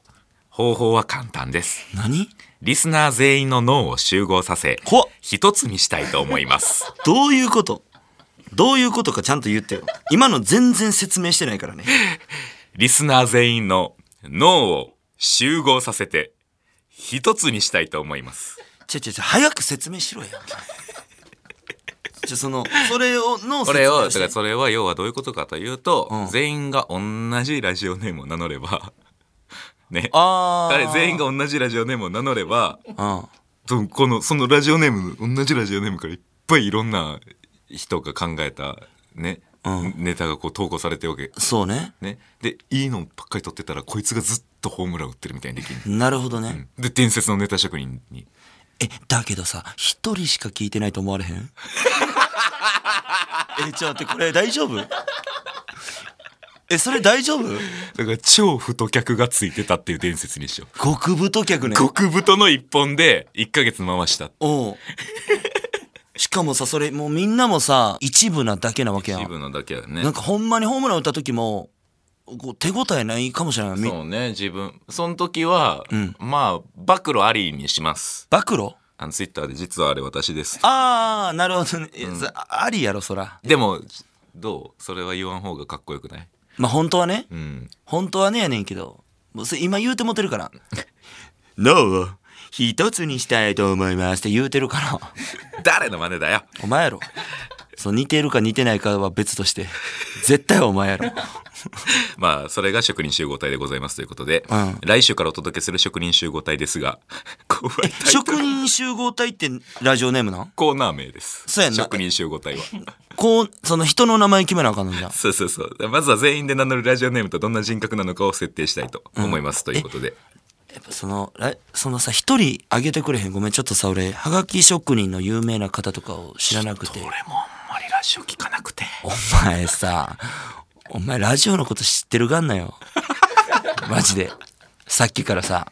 C: 方法は簡単です
B: 何
C: リスナー全員の脳を集合させ
B: 怖っ
C: 一つにしたいと思います *laughs*
B: どういうことどういうことかちゃんと言ってよ今の全然説明してない
C: *laughs*
B: からね
C: リスナー全員の脳を集合させて一つにしたいと思います
B: ちょちょちょ早く説明し
C: *laughs*
B: ろやちょそのそれをの
C: *laughs* これ
B: 説明
C: をだから
B: をして
C: それは要はどういうことかというと、
B: ん
C: 全員が同じラジオネームを名乗れば *laughs* ね
B: あ
C: 誰全員が同じラジオネームを名乗れ *laughs* ば
B: が
C: とこのそのラジオネーム同じラジオネームからいっぱいいろんな人が考えたね、ネタがこう投稿されてるわけ、
B: うんそうね
C: ね、でいいのばっかり撮ってたらこいつがずっとホームラン打ってるみたいにできる、
B: なるほどね、
C: で伝説のネタ職人に
B: えだけどさ一人しか聞いてないと思われへ
C: *laughs*
B: んえちょっと待ってこれ大丈夫えそれ大丈夫
C: だから超太客がついてたっていう伝説にしよう
B: 極太客ね
C: 極太の一本で1ヶ月回した
B: おう *laughs* しかもさそれもうみんなもさ一部なだけなわけや
C: 自
B: ん
C: 分のだけはね
B: なんかほんまにホームラン打った時もこう手応えないかもしれないみ
C: そうね自分その時は、まあ暴露ありにします
B: 暴露
C: あのツイッターで実はあれ私です
B: ああなるほどね、えそあありやろそら
C: でもどうそれは言わん方がかっこよくない
B: まあ本当はね、
C: うん
B: 本当はねやねんけどもうそれ今言うてもてるから *laughs* 脳を一つにしたいと思いますって言うてるから
C: 誰の真似だよ
B: お前やろそう似てるか似てないかは別として絶対お前やろ
C: まあそれが職人集合体でございますということで、
B: うん
C: 来週からお届けする職人集合体ですが怖いタイトル
B: 職人集合体ってラジオネームなん
C: コーナー名です
B: そうやんな
C: 職人集合体は
B: こうその人の名前決めなあかんのじゃん
C: そうそうそうまずは全員で名乗るラジオネームとどんな人格なのかを設定したいと思います、ということで
B: やっぱそのらそのさ一人あげてくれへんごめんちょっとさ俺はがき職人の有名な方とかを知らなくて
C: もあんまりラジオ聞かなくて
B: お前さ、お前ラジオのこと知ってるがんなよ。マジで。さっきからさ、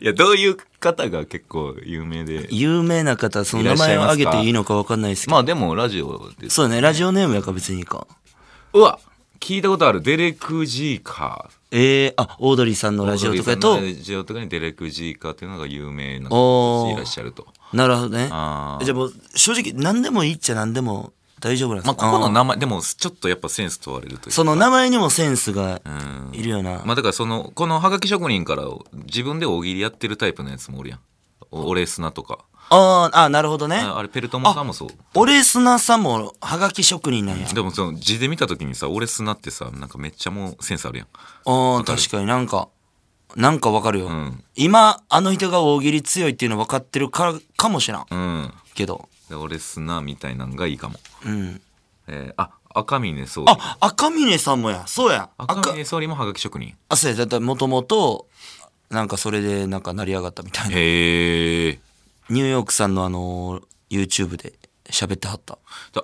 C: いやどういう方が結構有名で
B: 有名な方、その名前を挙げていいのか分かんないですけど。
C: まあでもラジオです
B: そうね、ラジオネームやから別にいいか。
C: うわ聞いたことあるデレク・ジーカー
B: えー、あ、オードリーさんのラジオとかやと
C: ラ、ジオとかにデレク・ジーカーっていうのが有名な
B: お
C: 方
B: ー
C: いらっしゃると
B: なるほどね。じ
C: あ
B: ゃ
C: ー
B: あもう、正直、何でもいいっちゃ何でも大丈夫なんです
C: まあここの
B: あー
C: 名前でもちょっとやっぱセンス問われるという
B: そ
C: か
B: の名前にもセンスが
C: うん
B: いるよな。
C: まあだからそのこのハガキ職人から自分で大喜利やってるタイプのやつもおるやんお俺砂とか
B: あーあ、なるほどね。
C: ああれペルトモさんもそう
B: 俺、砂さんも、はがき職人なんや。
C: でもその字で見た時にさ俺砂ってさなんかめっちゃもうセンスあるやん
B: ああ確かになんかなんかわかるよ、
C: ん
B: 今あの人が大喜利強いっていうの分かってるからかもしらん
C: うん
B: けど
C: で俺砂みたいなのがいいかも、
B: うん
C: えー、あ赤峰総理
B: あ赤嶺さんもやそうや
C: 赤
B: 赤
C: 峰総理もハガキ職人
B: あそうやだってもともとなんかそれでなんか成り上がったみたいな
C: へえ
B: ニューヨークさんのあのー YouTube で喋ってはった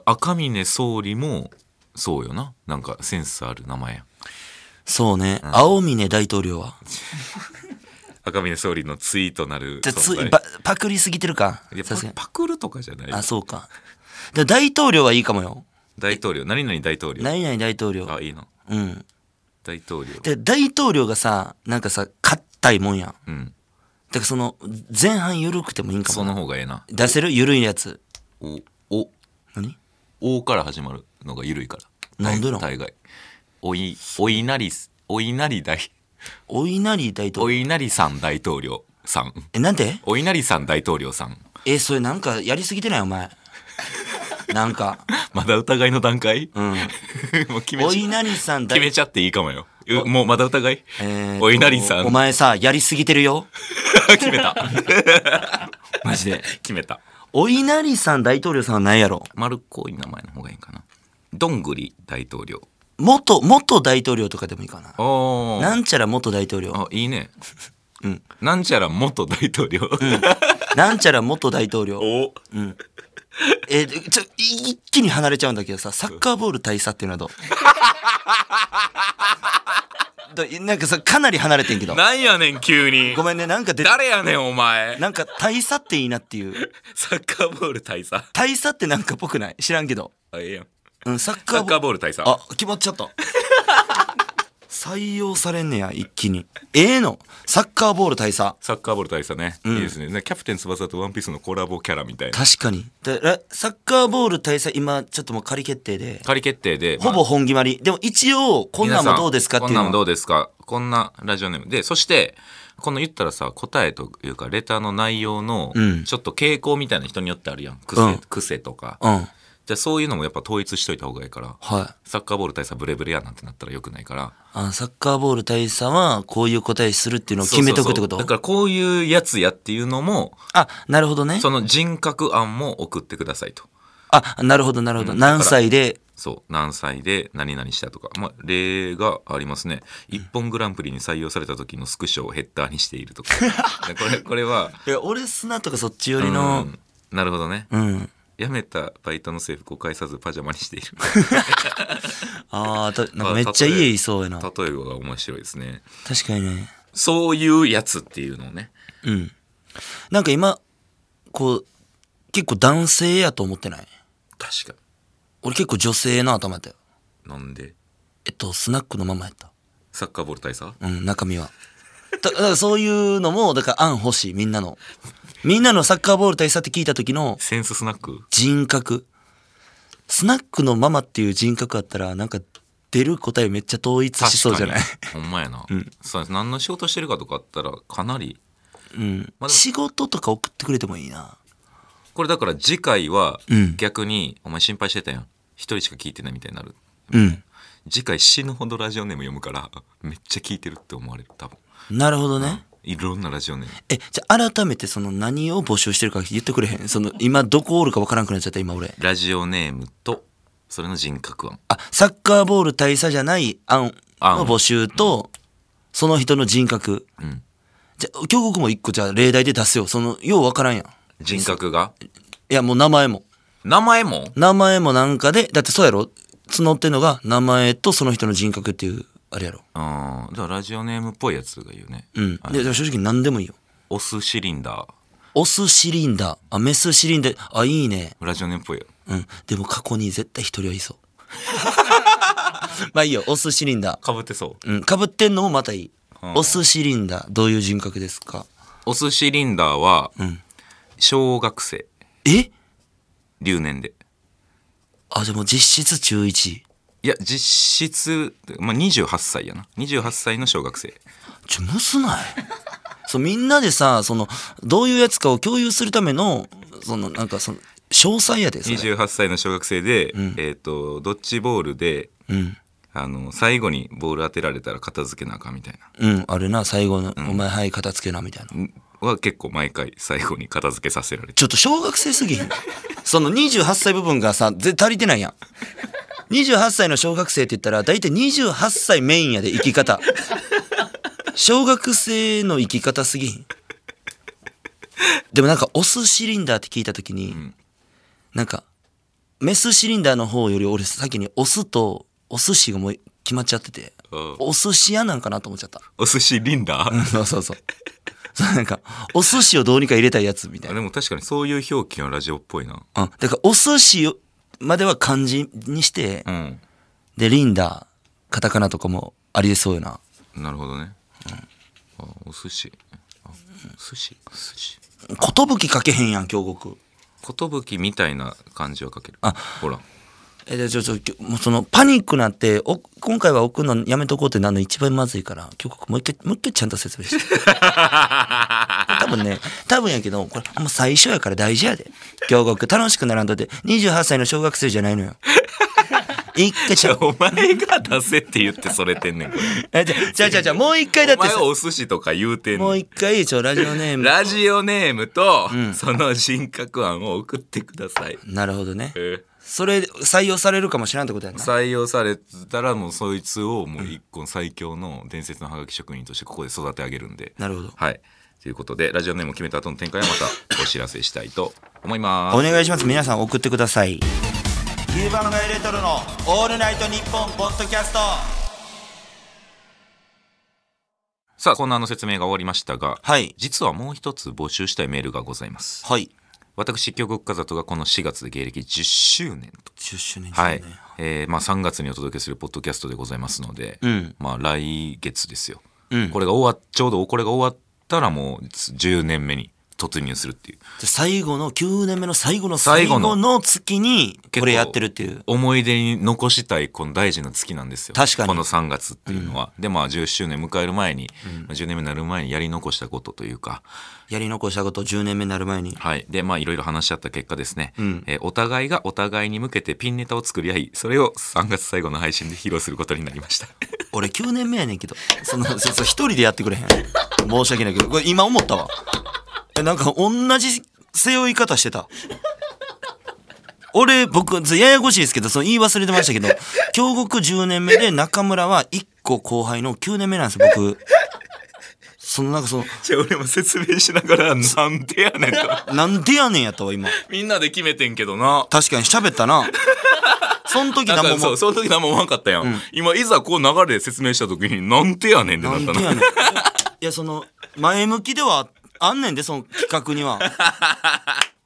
C: 赤峰総理もそうよななんかセンスある名前やん
B: そうね、青峰大統領は
C: 赤嶺総理のツイートなる
B: じゃあつ
C: 存在
B: パパクリすぎてるか
C: いや
B: さすが
C: パパクるとかじゃない
B: あそうかで大統領はいいかもよ
C: 大統領何々大統領
B: 何々大統領
C: あいいの
B: うん
C: 大統領
B: で大統領がさなんかさ硬いもんやんだか
C: うん
B: らその前半緩くてもいいんか
C: そ
B: も
C: の
B: な
C: 方がええな
B: 出せる緩いやつ
C: おお
B: 何
C: おから始まるのが緩いから
B: なんでなん
C: 大概おいおいなりすおいなり大
B: お稲荷大統
C: お
B: 領
C: いなりさん大統領さん
B: えなんで
C: おいなりさん大統領さん
B: えそれなんかやりすぎてないお前なんか
C: *laughs* まだ疑いの段階、 *laughs*
B: うん
C: もう決め
B: お
C: ちゃ
B: 稲荷さん大
C: 決めちゃっていいかもようもうまだ疑い、
B: えー
C: おいなりさん
B: お前さやりすぎてるよ
C: *laughs* 決めた *laughs*
B: マジで
C: 決めた
B: お稲荷さん大統領さんはないやろ
C: 丸っこい名前の方がいいかなどんぐり大統領
B: 元元大統領とかでもいいかな
C: お
B: なんちゃら元大統領
C: あいい *laughs* ね、なんちゃら元大統領、
B: なんちゃら元大統領。
C: *laughs* お
B: えーちょ、一気に離れちゃうんだけどさ、サッカーボール大佐っていうのはど *laughs* うどうなんかさ、かなり離れてんけど。
C: なんやねん急に
B: ごめんね、なんか出て
C: 誰やねんお前
B: なんか大佐っていいなっていう。
C: サッカーボール大佐あ
B: 大佐ってなんかぽくない知らんけど。
C: ええやん
B: うん、サッカ
C: サ
B: ー
C: ッ
B: ボー
C: カー
B: ル。
C: ボール大佐
B: あ、決まっちゃった。 *laughs* 採用されんねや、一気に。ええの。サッカーボール大佐。
C: サッカーボール大佐ね、いいですねキャプテン翼とワンピースのコラボキャラみたいな
B: 確かに。だらサッカーボール大佐、今、ちょっともう仮決定で。
C: 仮決定で
B: ほぼ本決まり。でも一応、こんなんもどうですかっていう
C: こんなんも
B: の
C: ど
B: は。
C: うですかこんなラジオネームでそしてこの言ったらさ答えというかレターの内容の
B: うん
C: ちょっと傾向みたいな人によってあるやん癖,、
B: うん
C: 癖とか、
B: うん。
C: じゃあそういうのもやっぱ統一しといた方がいいから
B: はい。
C: サッカーボール大佐ブレブレやなんてなったらよくないから
B: あサッカーボール大佐は、こういう答えするっていうのを決めとくってこと
C: そうそうそうだからこういうやつやっていうのも
B: あ、なるほどね。
C: その人格案も送ってくださいと
B: あ、なるほど、なるほど。何歳で、
C: そう何歳で何々したとか、まあ、例がありますね「一本グランプリ」に採用された時のスクショをヘッダーにしてい
B: *laughs*
C: るとかでこれこれはい
B: や、俺砂とかそっち寄りの、
C: うんなるほどね、
B: うん。
C: 辞めたバイトの制服を返さずパジャマにしている
B: ああ、たなんかめっちゃ家いそうやな。
C: *laughs* 例
B: 確
C: えばが面白いですね
B: かにね。
C: そういうやつっていうのをね
B: うん。なんか今、こう、結構男性やと思ってない
C: 確か
B: 俺結構女性の頭やったよ。
C: なんで
B: えっと、スナックのままやった。
C: サッカーボール大佐
B: うん、中身は。だだからそういうのも、だから案欲しい、みんなの。みんなのサッカーボール大佐って聞いた時の
C: センススナック
B: 人格。スナックのママっていう人格あったら、なんか出る答えめっちゃ統一しそうじゃない
C: 確かにほんまやな、そうです何の仕事してるかとかあったらかなり
B: うん
C: まあでも
B: 仕事とか送ってくれてもいいな。
C: これだから次回は
B: うん
C: 逆に、お前心配してたやん一人しか聞いてないみたいになる
B: うん。
C: 次回死ぬほどラジオネーム読むからめっちゃ聞いてるって思われる多分
B: なるほどね。
C: いろんなラジオネーム
B: え、じゃあ改めてその何を募集してるか言ってくれへんその今どこおるかわからんくなっちゃった今俺。
C: ラジオネームとそれの人格案
B: あ、サッカーボール大佐じゃない案
C: 案
B: の募集と、その人の人格。
C: ん
B: じゃあ、京極も一個じゃあ例題で出すよ。その、ようわからんやん。い
C: 人格が
B: や、もう名前も。
C: 名前も
B: 名前もなんかで、だってそうやろ募ってんのが名前とその人の人格っていう、あれやろ。
C: ああだからラジオネームっぽいやつがいいよね
B: うん。
C: あ
B: で、でも正直何でもいいよ。
C: オスシリンダ
B: オスシリンダー。あ、メスシリンダー。あ、いいね。
C: ーラジオネームっぽいよ
B: うん。でも過去に絶対一人はいそう。まあいいよ。オスシリンダ
C: かぶってそう
B: ー。うん。被ってんのもまたいい。
C: うん
B: オスシリンダー。どういう人格ですか
C: オスシリンダーは、小学生
B: え
C: 留年で
B: あ、じゃあもう実質中1。
C: いや実質、まあ、28歳やな28歳の小学生
B: ちょ、むすないそう、みんなでさ、その、どういうやつかを共有するための、その、なんかその、詳細やで、それ。
C: 28歳の小学生で、えっ、とドッジボールで
B: うん。
C: あの最後にボール当てられたら片付けなあかんみたいな
B: うん、あれな、最後の、お前はい、片付けな、みたいな。
C: んは結構毎回最後に片付けさせられて
B: *laughs* ちょっと小学生すぎひんその28歳部分がさ、ぜ足りてないやん。28歳の小学生って言ったら、大体28歳メインやで、生き方。小学生の生き方すぎひん。でもなんか、オスシリンダーって聞いたときに、なんか、メスシリンダーの方より俺先にオスとお寿司がもう決まっちゃってて
C: う
B: *laughs*
C: ん、
B: お寿司屋なんかなと思っちゃった。
C: お寿司リンダー
B: そうそうそう。そうなんか、お寿司をどうにか入れたいやつみたい
C: あ
B: な。
C: でも確かにそういう表記はラジオっぽいな。
B: うん。だから、お寿司をまでは漢字にして、
C: うん。
B: で、リンダ、カタカナとかもありえそうよな。
C: なるほどね。あお寿司。あ寿司。寿司。
B: ことぶきかけへんやん、京極。
C: 寿みたいな感じは書ける。
B: あ
C: ほら。
B: え、じゃあちょ、ちょ、きょもうその、パニックなって、お今回は送るのやめとこうってなるの一番まずいから、京極もう一回、もう一回ちゃんと説明して。 *laughs* 多分ね、多分やけど、これ、あんま最初やから大事やで。京極、楽しくならんとって、28歳の小学生じゃないのよ。一回ちゃう。
C: *laughs* お前が出せって言ってそれてんねん、これ。
B: えじゃあ、じゃあ、じゃあじゃあ、もう一回だっ
C: お
B: て
C: 前
B: さ
C: はお寿司とか言うてん
B: も
C: ね。
B: うん一回、ちょ、ラジオネーム。
C: ラジオネームと、その人格案を送ってください。
B: なるほどね
C: え。ー
B: それ、採用されるかもしれんってことやな。
C: 採用されたらもうそいつをもう一個の最強の伝説のハガキ職人としてここで育て上げるんで。
B: なるほど
C: はい。ということで、ラジオネームを決めた後の展開はまたお知らせしたいと思います。
B: お願いします皆さん送ってください牛バのガイレトロのオールナイトニッポンポッドキャスト
C: さあ、コーナーの説明が終わりましたが、
B: はい
C: 実はもう一つ募集したいメールがございます。
B: はい
C: 私、京極和人がこの4月で芸歴10周年と。
B: 10周年ですね
C: はい。えーまあ3月にお届けするポッドキャストでございますので、
B: ん
C: まあ来月ですよ。
B: うん
C: これが終わっ、ちょうどこれが終わったらもう10年目に突入するっていう。
B: じゃあ最後の9年目の最後の最
C: 最
B: 後
C: 後の
B: の月にこれやってるっていう
C: 思い出に残したいこの大事な月なんですよ
B: 確かに
C: この3月っていうのは、でまあ10周年迎える前に、まあ10年目になる前にやり残したことというか
B: やり残したこと10年目になる前に
C: はいでまあいろいろ話し合った結果ですね、えーお互いがお互いに向けてピンネタを作り合いそれを3月最後の配信で披露することになりました
B: 俺9年目やねんけどそのそうそう一人でやってくれへん申し訳ないけどこれ今思ったわえなんか同じ背負い方してた俺僕ずややこしいですけどその言い忘れてましたけど京極10年目で中村は1個後輩の9年目なんですよ僕そのなんかその
C: *laughs* じゃあ俺も説明 *laughs* しながらなんでやねんと
B: なんでやねんやったわ今
C: *laughs* みんなで決めてんけどな
B: 確かに喋ったなその時
C: な
B: 何
C: ん
B: も
C: か
B: も
C: そううその時何も思わんかったやん、今いざこう流れで説明した時になんでやねんって
B: な
C: なっ
B: ん
C: た
B: でや
C: な
B: *laughs* ねん。いや、その、前向きではあんねんで、その企画に
C: *laughs*
B: は。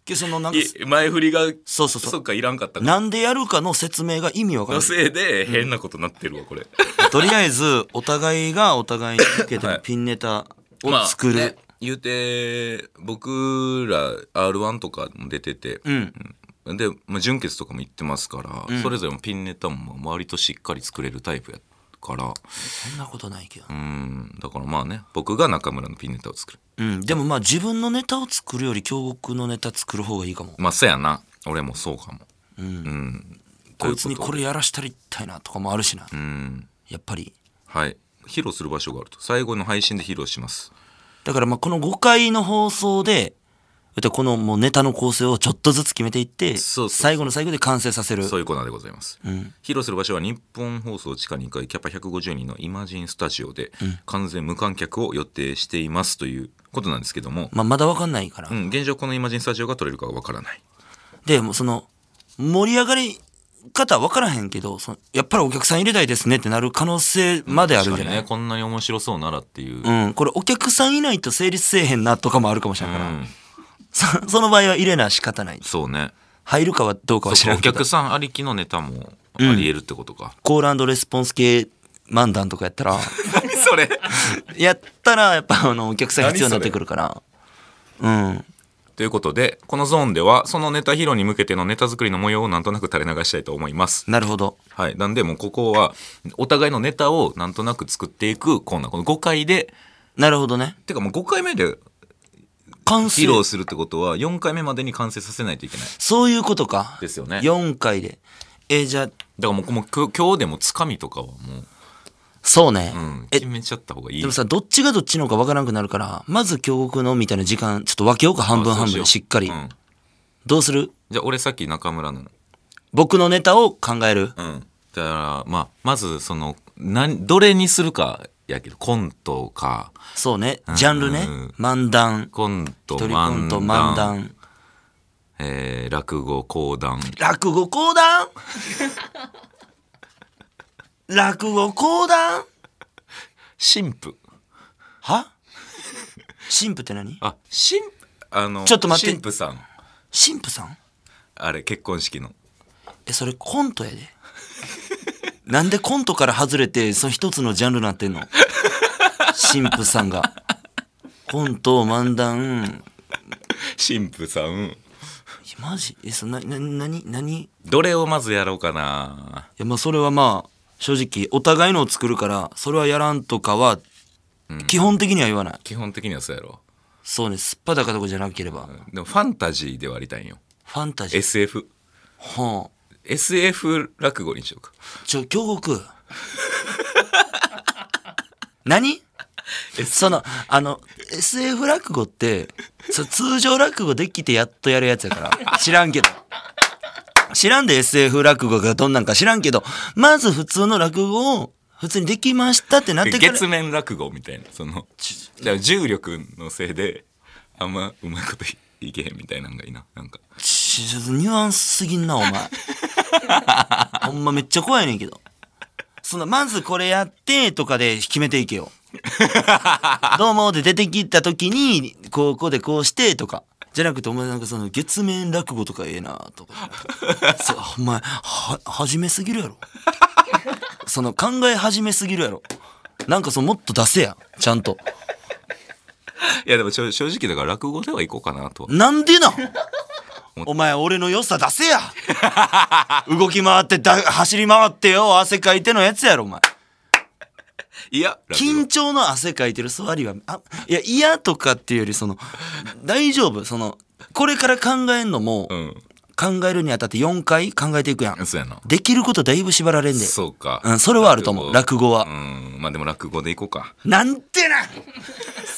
B: けどその、なんか、
C: い前振りが
B: そうそうそう
C: そっかいらんかったから
B: なんでやるかの説明が意味わから
C: の
B: な
C: せいで変なことになってるわこれ、
B: い。とりあえず、お互いがお互いに向けて
C: は
B: の
C: い
B: ピンネタ *laughs* を作る。
C: ね言うて僕ら r 1とかも出てて、うんで、まあ、純潔とかも行ってますから、それぞれのピンネタもまあ割としっかり作れるタイプやから
B: そんなことないけど。
C: うんだからまあね僕が中村のピンネタを作る
B: うん。でもまあ、自分のネタを作るより、京極のネタ作る方がいいかも。
C: まあそやな俺もそうかもうん、と
B: こ
C: う
B: いつに
C: と
B: これやらしたりたいなとかもあるしな。やっぱり。
C: はい披露する場所があると最後の配信で披露します
B: だからまあこの5回の放送で、だってこのもうネタの構成をちょっとずつ決めていって、
C: そうそうそう
B: 最後の最後で完成させる。
C: そういうコーナーでございます。披露する場所は日本放送地下2階キャパ150人のイマジンスタジオで完全無観客を予定していますということなんですけども、
B: まあまだわかんないから。
C: うん、現状このイマジンスタジオが取れるかはわからない。
B: で、もうその、盛り上がり方はわからへんけど、そのやっぱりお客さん入れたいですねってなる可能性まであるんじゃない、
C: ね、こんなに面白そうならっていう。
B: うん、これお客さんいないと成立せえへんなとかもあるかもしれないから、 *laughs* そその場合は入れな仕方ない
C: そうね。
B: 入るかはどうかは知ら
C: お
B: んけど
C: 客さんありきのネタもあり得るってこと
B: *laughs*
C: か。
B: コールレスポンス系漫談とかやったら
C: 何それ
B: やったらやっぱあのお客さん必要になってくるからうん
C: ということで、このゾーンではそのネタ披露に向けてのネタ作りの模様をなんとなく垂れ流したいと思います。
B: なるほど
C: はい。なんで、もうここは、お互いのネタをなんとなく作っていくコーナー。この5回で、
B: なるほどね
C: てかもう5回目で
B: 完
C: 披
B: 成
C: 露するってことは4回目までに完成させないといけないだ
B: そういうことか
C: ですよね
B: 4回でえーじゃあ
C: からもうもう今日今日でもつかみとかはも
B: そうね、
C: う、うん、
B: え
C: 決めちゃった方がいい
B: でもさどっちがどっちのかわからなくなるからまず京極のみたいな時間ちょっと分けようか半分
C: あそう
B: 半
C: し
B: 分
C: よう
B: でしっかり、
C: うん
B: どうする
C: じゃあ俺さっき中村の
B: 僕のネタを考える、
C: うんだからまあまずそのなんどれにするかやけどコントか
B: そうねジャンルね、
C: うん
B: 漫談
C: コント
B: 一人コン
C: 漫
B: ト
C: 談
B: 漫談
C: えー落語講談
B: 落語講
C: *laughs*
B: 談落語講談
C: 神父
B: は *laughs* 神父って何
C: あ、しん、あの、
B: ちょっと待って
C: 神父さん。
B: 神父さん
C: あれ、結婚式の。
B: えそれコントやでなんでコントから外れてその一つのジャンルになってんの神父さんがコント漫談
C: 神父さん。
B: えマジえそなな何何い
C: どれをまずやろうかな。
B: やまあそれはまあ正直お互いのを作るからそれはやらんとかは基本的には言わない、
C: 基本的にはそうやろ。
B: そうねすっぱだかとかじゃなければ、フ
C: でもファンタジーで割りたいんよ。
B: ァンタジー
C: SF。
B: ほう
C: SF 落語にしようか。
B: ちょ、京極。
C: *laughs*
B: 何その、あの、SF 落語って、そ通常落語できてやっとやるやつやから。知らんけど。知らんで SF 落語がどんなんか知らんけど、まず普通の落語を普通にできましたってなってから。
C: 月面落語みたいな。その、じゃあ重力のせいで、あんまうまいこといいけへんみたいなのがいいな。なんか。
B: ちちょっとニュアンスすぎんな、お前。ほんまめっちゃ怖いねんけど。その、まずこれやって、とかで決めていけよ。どうもで出てきた時に、こうこうでこうして、とか。じゃなくて、お前なんかその、月面落語とかええな、とか。そうお前、は、始めすぎるやろ。その、考え始めすぎるやろ。なんかその、もっと出せや。ちゃんと。
C: いやでもちょ正直だから落語では行こうかなとは。
B: なんで
C: *laughs*
B: なんお前俺の良さ出せや *laughs* 動き回ってだ走り回ってよ汗かいてのやつやろお前
C: いや、落語
B: 緊張の汗かいてる座りはあいや嫌とかっていうよりその大丈夫そのこれから考えんのも、
C: うん。
B: 考えるにあたって4回考えていくやん
C: そうやな。
B: できることだいぶ縛られんで
C: そうか。
B: うん、それはあると思う落語は、
C: うん。まあでも落語で行こうか。
B: なんてな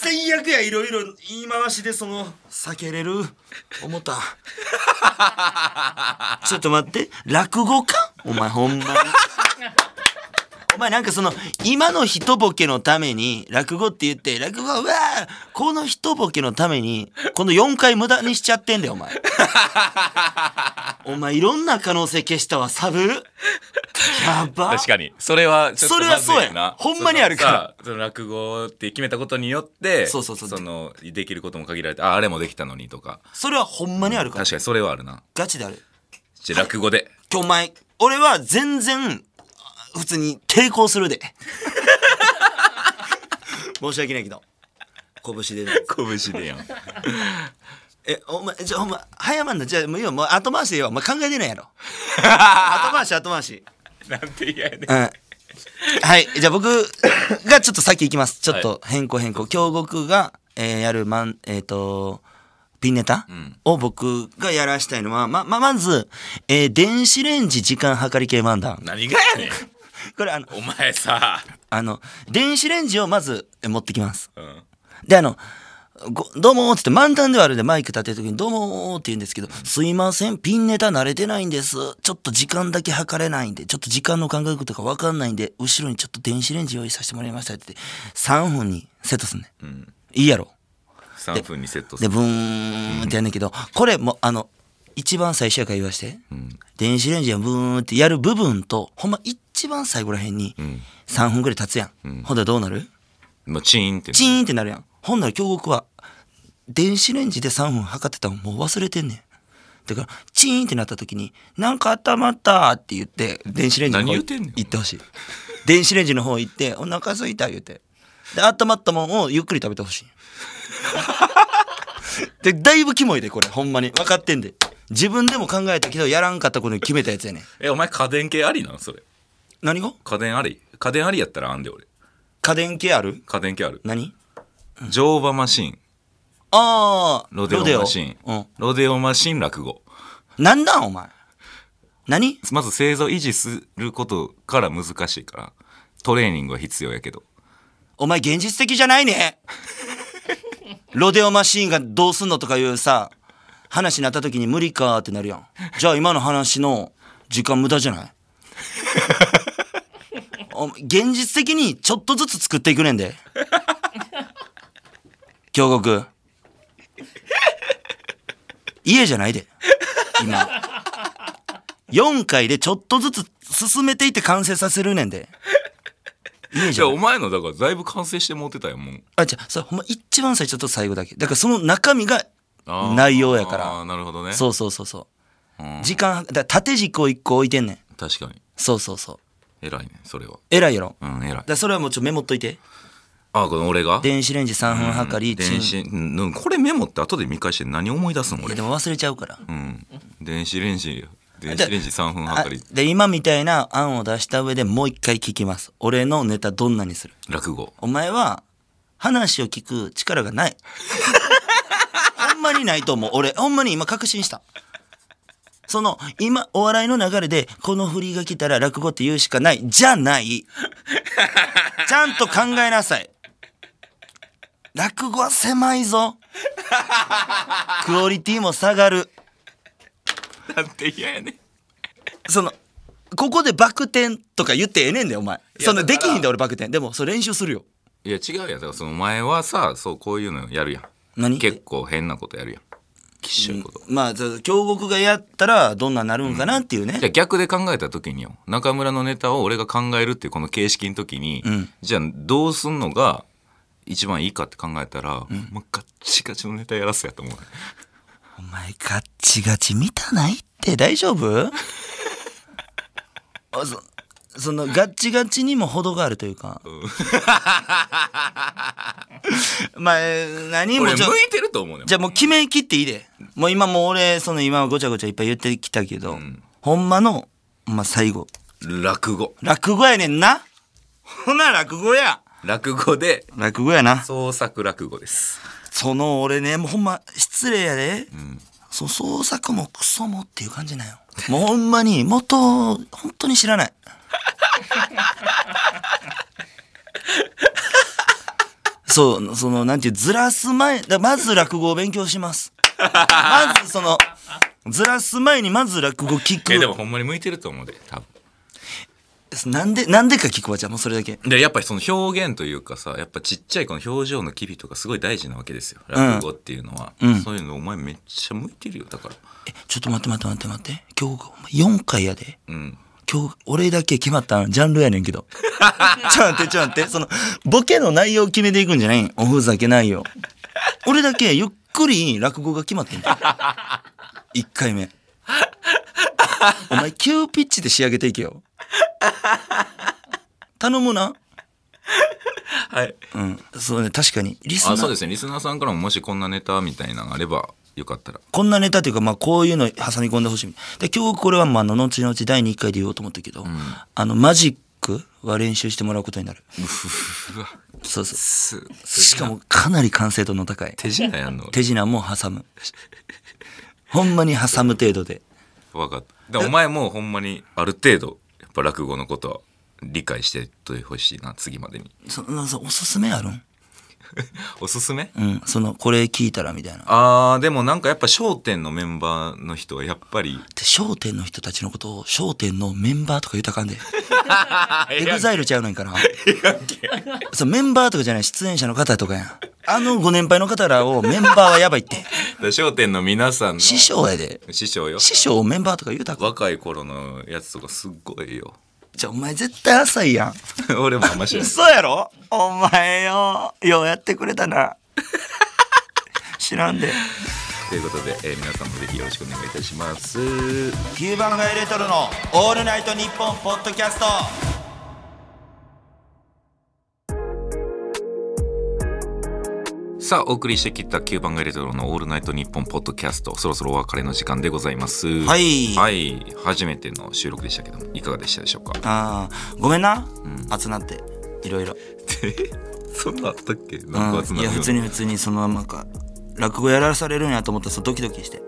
B: 最悪やいろいろ言い回しでその避けれる思った *laughs* ちょっと待って落語かお前ほんまに *laughs* お前なんかその今の一ボケのために落語って言って落語はうわーこの一ボケのためにこの4回無駄にしちゃってんだよお
C: *laughs*
B: 前お前いろんな可能性消したわサブやば
C: 確かに。それはちょっと
B: それはそうや
C: まずいな
B: ほんまにあるから。
C: そのさその落語って決めたことによって、
B: そうそうそう
C: のできることも限られて、あ、あれもできたのにとか。
B: それはほんまにあるから
C: 確かにそれはあるな。
B: ガチである
C: じゃあ落語で。
B: 今日お前、俺は全然、あ普通に抵抗するで。 *laughs* 申し訳ないけど。拳でな。
C: 拳でやん。
B: え、お前、じゃあお前、早まんな。じゃあもういいよ。もう後回しでいいよ。お前考えてないやろ。後回し、後回し。
C: なんて嫌やねん
B: うん。はい。じゃあ僕がちょっと先行きます。ちょっと変更変更。京極が、えーやるマン、えっ、と、ピンネタを僕がやらしたいのは、ま、ま、まず、えー電子レンジ時間計り系漫談。
C: 何がやねん。
B: これあの、
C: お前さ。
B: あの、電子レンジをまずえ持ってきます。
C: うん。
B: で、あの、ごどうもーって言って、満タンではあるんでマイク立てるときに、どうもーって言うんですけど、すいません、ピンネタ慣れてないんです。ちょっと時間だけ測れないんで、ちょっと時間の感覚とかわかんないんで、後ろにちょっと電子レンジ用意させてもらいましたって言って、3分にセットすんね、ん。いいやろ。
C: 3分にセットす
B: で、
C: る。
B: ブーンってやんねんけど、これも、あの、一番最初やから言わして、電子レンジがブーンってやる部分と、ほんま一番最後らへんに、3分ぐらい経つやん。ほんだらどうなる
C: もうチーンって。
B: チーンってなるやん。ほんなら京極は、電子レンジで3分測ってたのもう忘れてんねん。だから、チーンってなった時に、なんか温まったって言って、電子レンジの方
C: 何言ってんねん
B: 行ってほしい。電子レンジの方行って、お腹空いた言うて。で、温まったもんをゆっくり食べてほしい。で、だいぶキモいで、これ、ほんまに。分かってんで。自分でも考えたけど、やらんかったことに決めたやつやねん。
C: え、お前家電系ありなんそれ。
B: 何が
C: 家電あり家電ありやったらあんで俺。
B: 家電系ある
C: 家電系ある。
B: 何
C: 乗馬マシン。
B: ああ、
C: ロデオマシン。
B: うん。
C: ロデオマシン落語。
B: なんなんお前。何
C: まず製造維持することから難しいから。トレーニングは必要やけど。
B: お前現実的じゃないね。ロデオマシーンがどうすんのとかいうさ、話になった時に無理かってなるやん。じゃあ今の話の時間無駄じゃないお前現実的にちょっとずつ作っていくねんで。京極。家じゃないで。今。4回でちょっとずつ進めていって完成させるねんで。イメー
C: い
B: ジ
C: や
B: は
C: お前のだからだいぶ完成してもうてたやんもう
B: あじゃあそれほんま一番最初と最後だけだからその中身が
C: あー
B: 内容やから
C: あーなるほどね
B: そうそうそうそう、
C: うん
B: 時間だから縦軸を一個置いてんねん
C: 確かに
B: そうそうそう
C: 偉いねそれは
B: 偉いやろ、
C: う
B: だか
C: ん偉い
B: らそれはもうちょっとメモっといて
C: あこの俺が
B: 電子レンジ3分測り、チン
C: 電子うんこれメモって後で見返して何思い出すの
B: いや
C: 俺
B: でも忘れちゃうから、
C: うん電子レンジ電子レンジ3分
B: あ
C: 測り
B: で今みたいな案を出した上でもう一回聞きます俺のネタどんなにする
C: 落語
B: お前は話を聞く力がないほんまにないと思う俺ほんまに今確信したその今お笑いの流れでこの振りが来たら落語って言うしかないじゃないちゃんと考えなさい落語は狭いぞクオリティも下がる
C: なんて嫌やね
B: そのここでバク転とか言ってええねんだよお前
C: や
B: その
C: だ
B: で
C: から
B: きひんで俺バク転でもそれ練習するよ
C: いや違うやんだからその前はさそうこういうのやるやん
B: 何
C: 結構変なことやるやんきっしょいこと、
B: まあそう京極がやったらどんなんなるんかなっていうね、
C: じゃあ逆で考えた時によ中村のネタを俺が考えるっていうこの形式の時に、じゃあどうすんのが一番いいかって考えたら、もうガッチガチのネタやらすやと思う
B: お前ガッチガチ見たないって大丈夫 *laughs* あそそのガッチガチにも程があるというか、まあえー何も
C: 俺
B: ち
C: 向
B: ょ
C: いてると思うねん
B: じゃあもう決め切っていいでもう今もう俺その今はごちゃごちゃいっぱい言ってきたけど、ほんまの、まあ、最後
C: 落語
B: 落語やねんな。ほな、落語や。
C: 落語で
B: 落語やな。
C: 創作落語です
B: その俺ね、もうほんま、失礼やで。そう創作もクソもっていう感じなんよ。もうほんまに、元、本当に知らない。 *laughs* そう、その、なんていう、ずらす前、だまず落語を勉強します。まずその、ずらす前にまず落語聞
C: えでも
B: く。
C: ほんまに向いてると思うで多分
B: なんで、なんでか聞くわ、じゃあもうそれだけ。
C: でやっぱりその表現というかさやっぱちっちゃいこの表情の機微とかすごい大事なわけですよ落語っていうのは、そういうのお前めっちゃ向いてるよだから
B: えちょっと待って待って待って待って今日4回やで
C: うん
B: 今日俺だけ決まったジャンルやねんけど *laughs* ちょっと待ってちょっと待ってそのボケの内容を決めていくんじゃないんおふざけないよ俺だけゆっくり落語が決まってんだ1回目お前急ピッチで仕上げていけよ頼むな
C: はい
B: うんそうね確かにリスナ
C: あそう
B: ー
C: ですねリスナーさんからももしこんなネタみたいなのがあればよかったら
B: こんなネタというか、まあ、こういうの挟み込んでほしい。で、今日これは、まあ、あの、後々第2回で言おうと思ったけど、あの、マジックは練習してもらうことになる。そうそう。
C: す
B: しかも、かなり完成度の高い。
C: *laughs* 手品やんの
B: 手品も挟む。ほんまに挟む程度で。
C: 分かっただからお前もほんまにある程度やっぱ落語のことは理解してといてほしいな次までに
B: その、そおすすめあるん
C: おすすめ
B: うん。その、これ聞いたらみたいな。
C: あーでもなんかやっぱ『笑点』のメンバーの人はやっぱり
B: で、商店の人たちのことを、商店のメンバーとか言ったらあかんで。エグザイルちゃうねんかな。そう、メンバーとかじゃない、出演者の方とかやん。あのご年配の方らをメンバーはやばい *laughs* って。
C: 『笑点』の皆さんの
B: 師匠やで。
C: 師匠よ
B: 師匠をメンバーとか言うたか。
C: 若い頃のやつとかすっごいよ *laughs*
B: じゃ、お前絶対浅いやん。
C: 俺もあんま知ら *laughs* ん
B: 嘘やろお前よ。ようやってくれた *laughs* な。知らんで。
C: ということで、えー皆さんもぜひよろしくお願いいたします
B: 9番街レトロのオールナイトニッポンポッドキャスト。
C: さあお送りしてきた9番がレトロの「オールナイトニッポン」ポッドキャストそろそろお別れの時間でございます
B: はい
C: はい初めての収録でしたけどもいかがでしたでしょうか
B: ああ、ごめんな。熱なって。いろいろ。
C: そんなあったっけ
B: う
C: なんんか集ま
B: い
C: る
B: や普通に普通にそのなんか落語やらされるんやと思ったらそうドキド
C: *laughs*
B: キして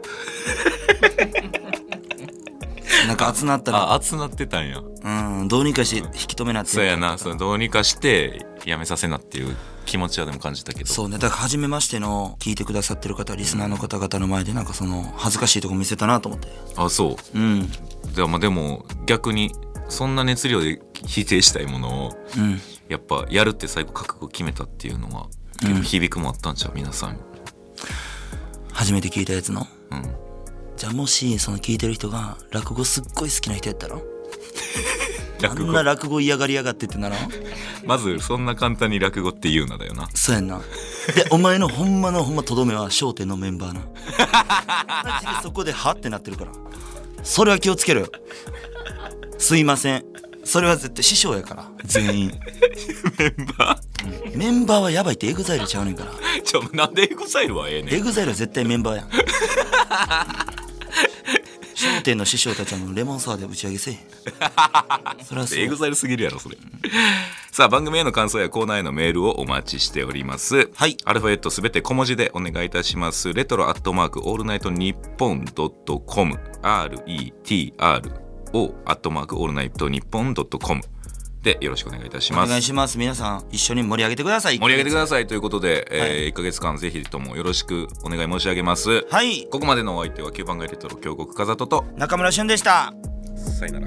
B: なんか熱なったら
C: あ集まってたんや
B: うんどうにかして引き止めなって
C: そうやなそのどうにかしてやめさせなっていう気持ちはでも感じたけど
B: そうねだから初めましての聞いてくださってる方リスナーの方々の前でなんかその恥ずかしいとこ見せたなと思って
C: あそう
B: うん
C: でもまあでも逆にそんな熱量で否定したいものを
B: うん
C: やっぱやるって最後覚悟決めたっていうのは結構響くもあったんちゃう皆さん
B: 初めて聞いたやつの
C: うん
B: じゃあもしその聞いてる人が落語すっごい好きな人やったらあ
C: 落
B: ん
C: 語
B: な落語嫌がりやがってってならん
C: まずそんな簡単に落語って言うなだよな
B: そうやんな。で、お前のほんまのほんまとどめは『笑点』のメンバーな。マジでそこではってなってるから。それは気をつけろよ。すいません。それは絶対師匠やから。全員。メンバー、メンバーはやばいってエグザイルちゃうねんから。
C: *laughs* ちょなんでエグザイルはええね
B: エ
C: ん
B: グザイルは絶対メンバーやん。笑点の師匠たちはもうレモンサワーで打ち上げせえへん。それはそう
C: エグザイルすぎるやろそれさあ番組への感想やコーナーへのメールをお待ちしております
B: はい
C: アルファベットすべて小文字でお願いいたしますレトロアットマークオールナイトニッポンドットコム RETRO アットマークオールナイトニッポンドットコムでよろしくお願いいたし
B: お
C: ます
B: 願いします。皆さん、一緒に盛り上げてください。
C: 盛り上げてくださいということで、えー
B: はい
C: 1か月間ぜひともよろしくお願い申し上げます
B: はい。
C: ここまでのお相手は9番街レトロ峡谷風とと
B: 中村俊でした。
C: さよなら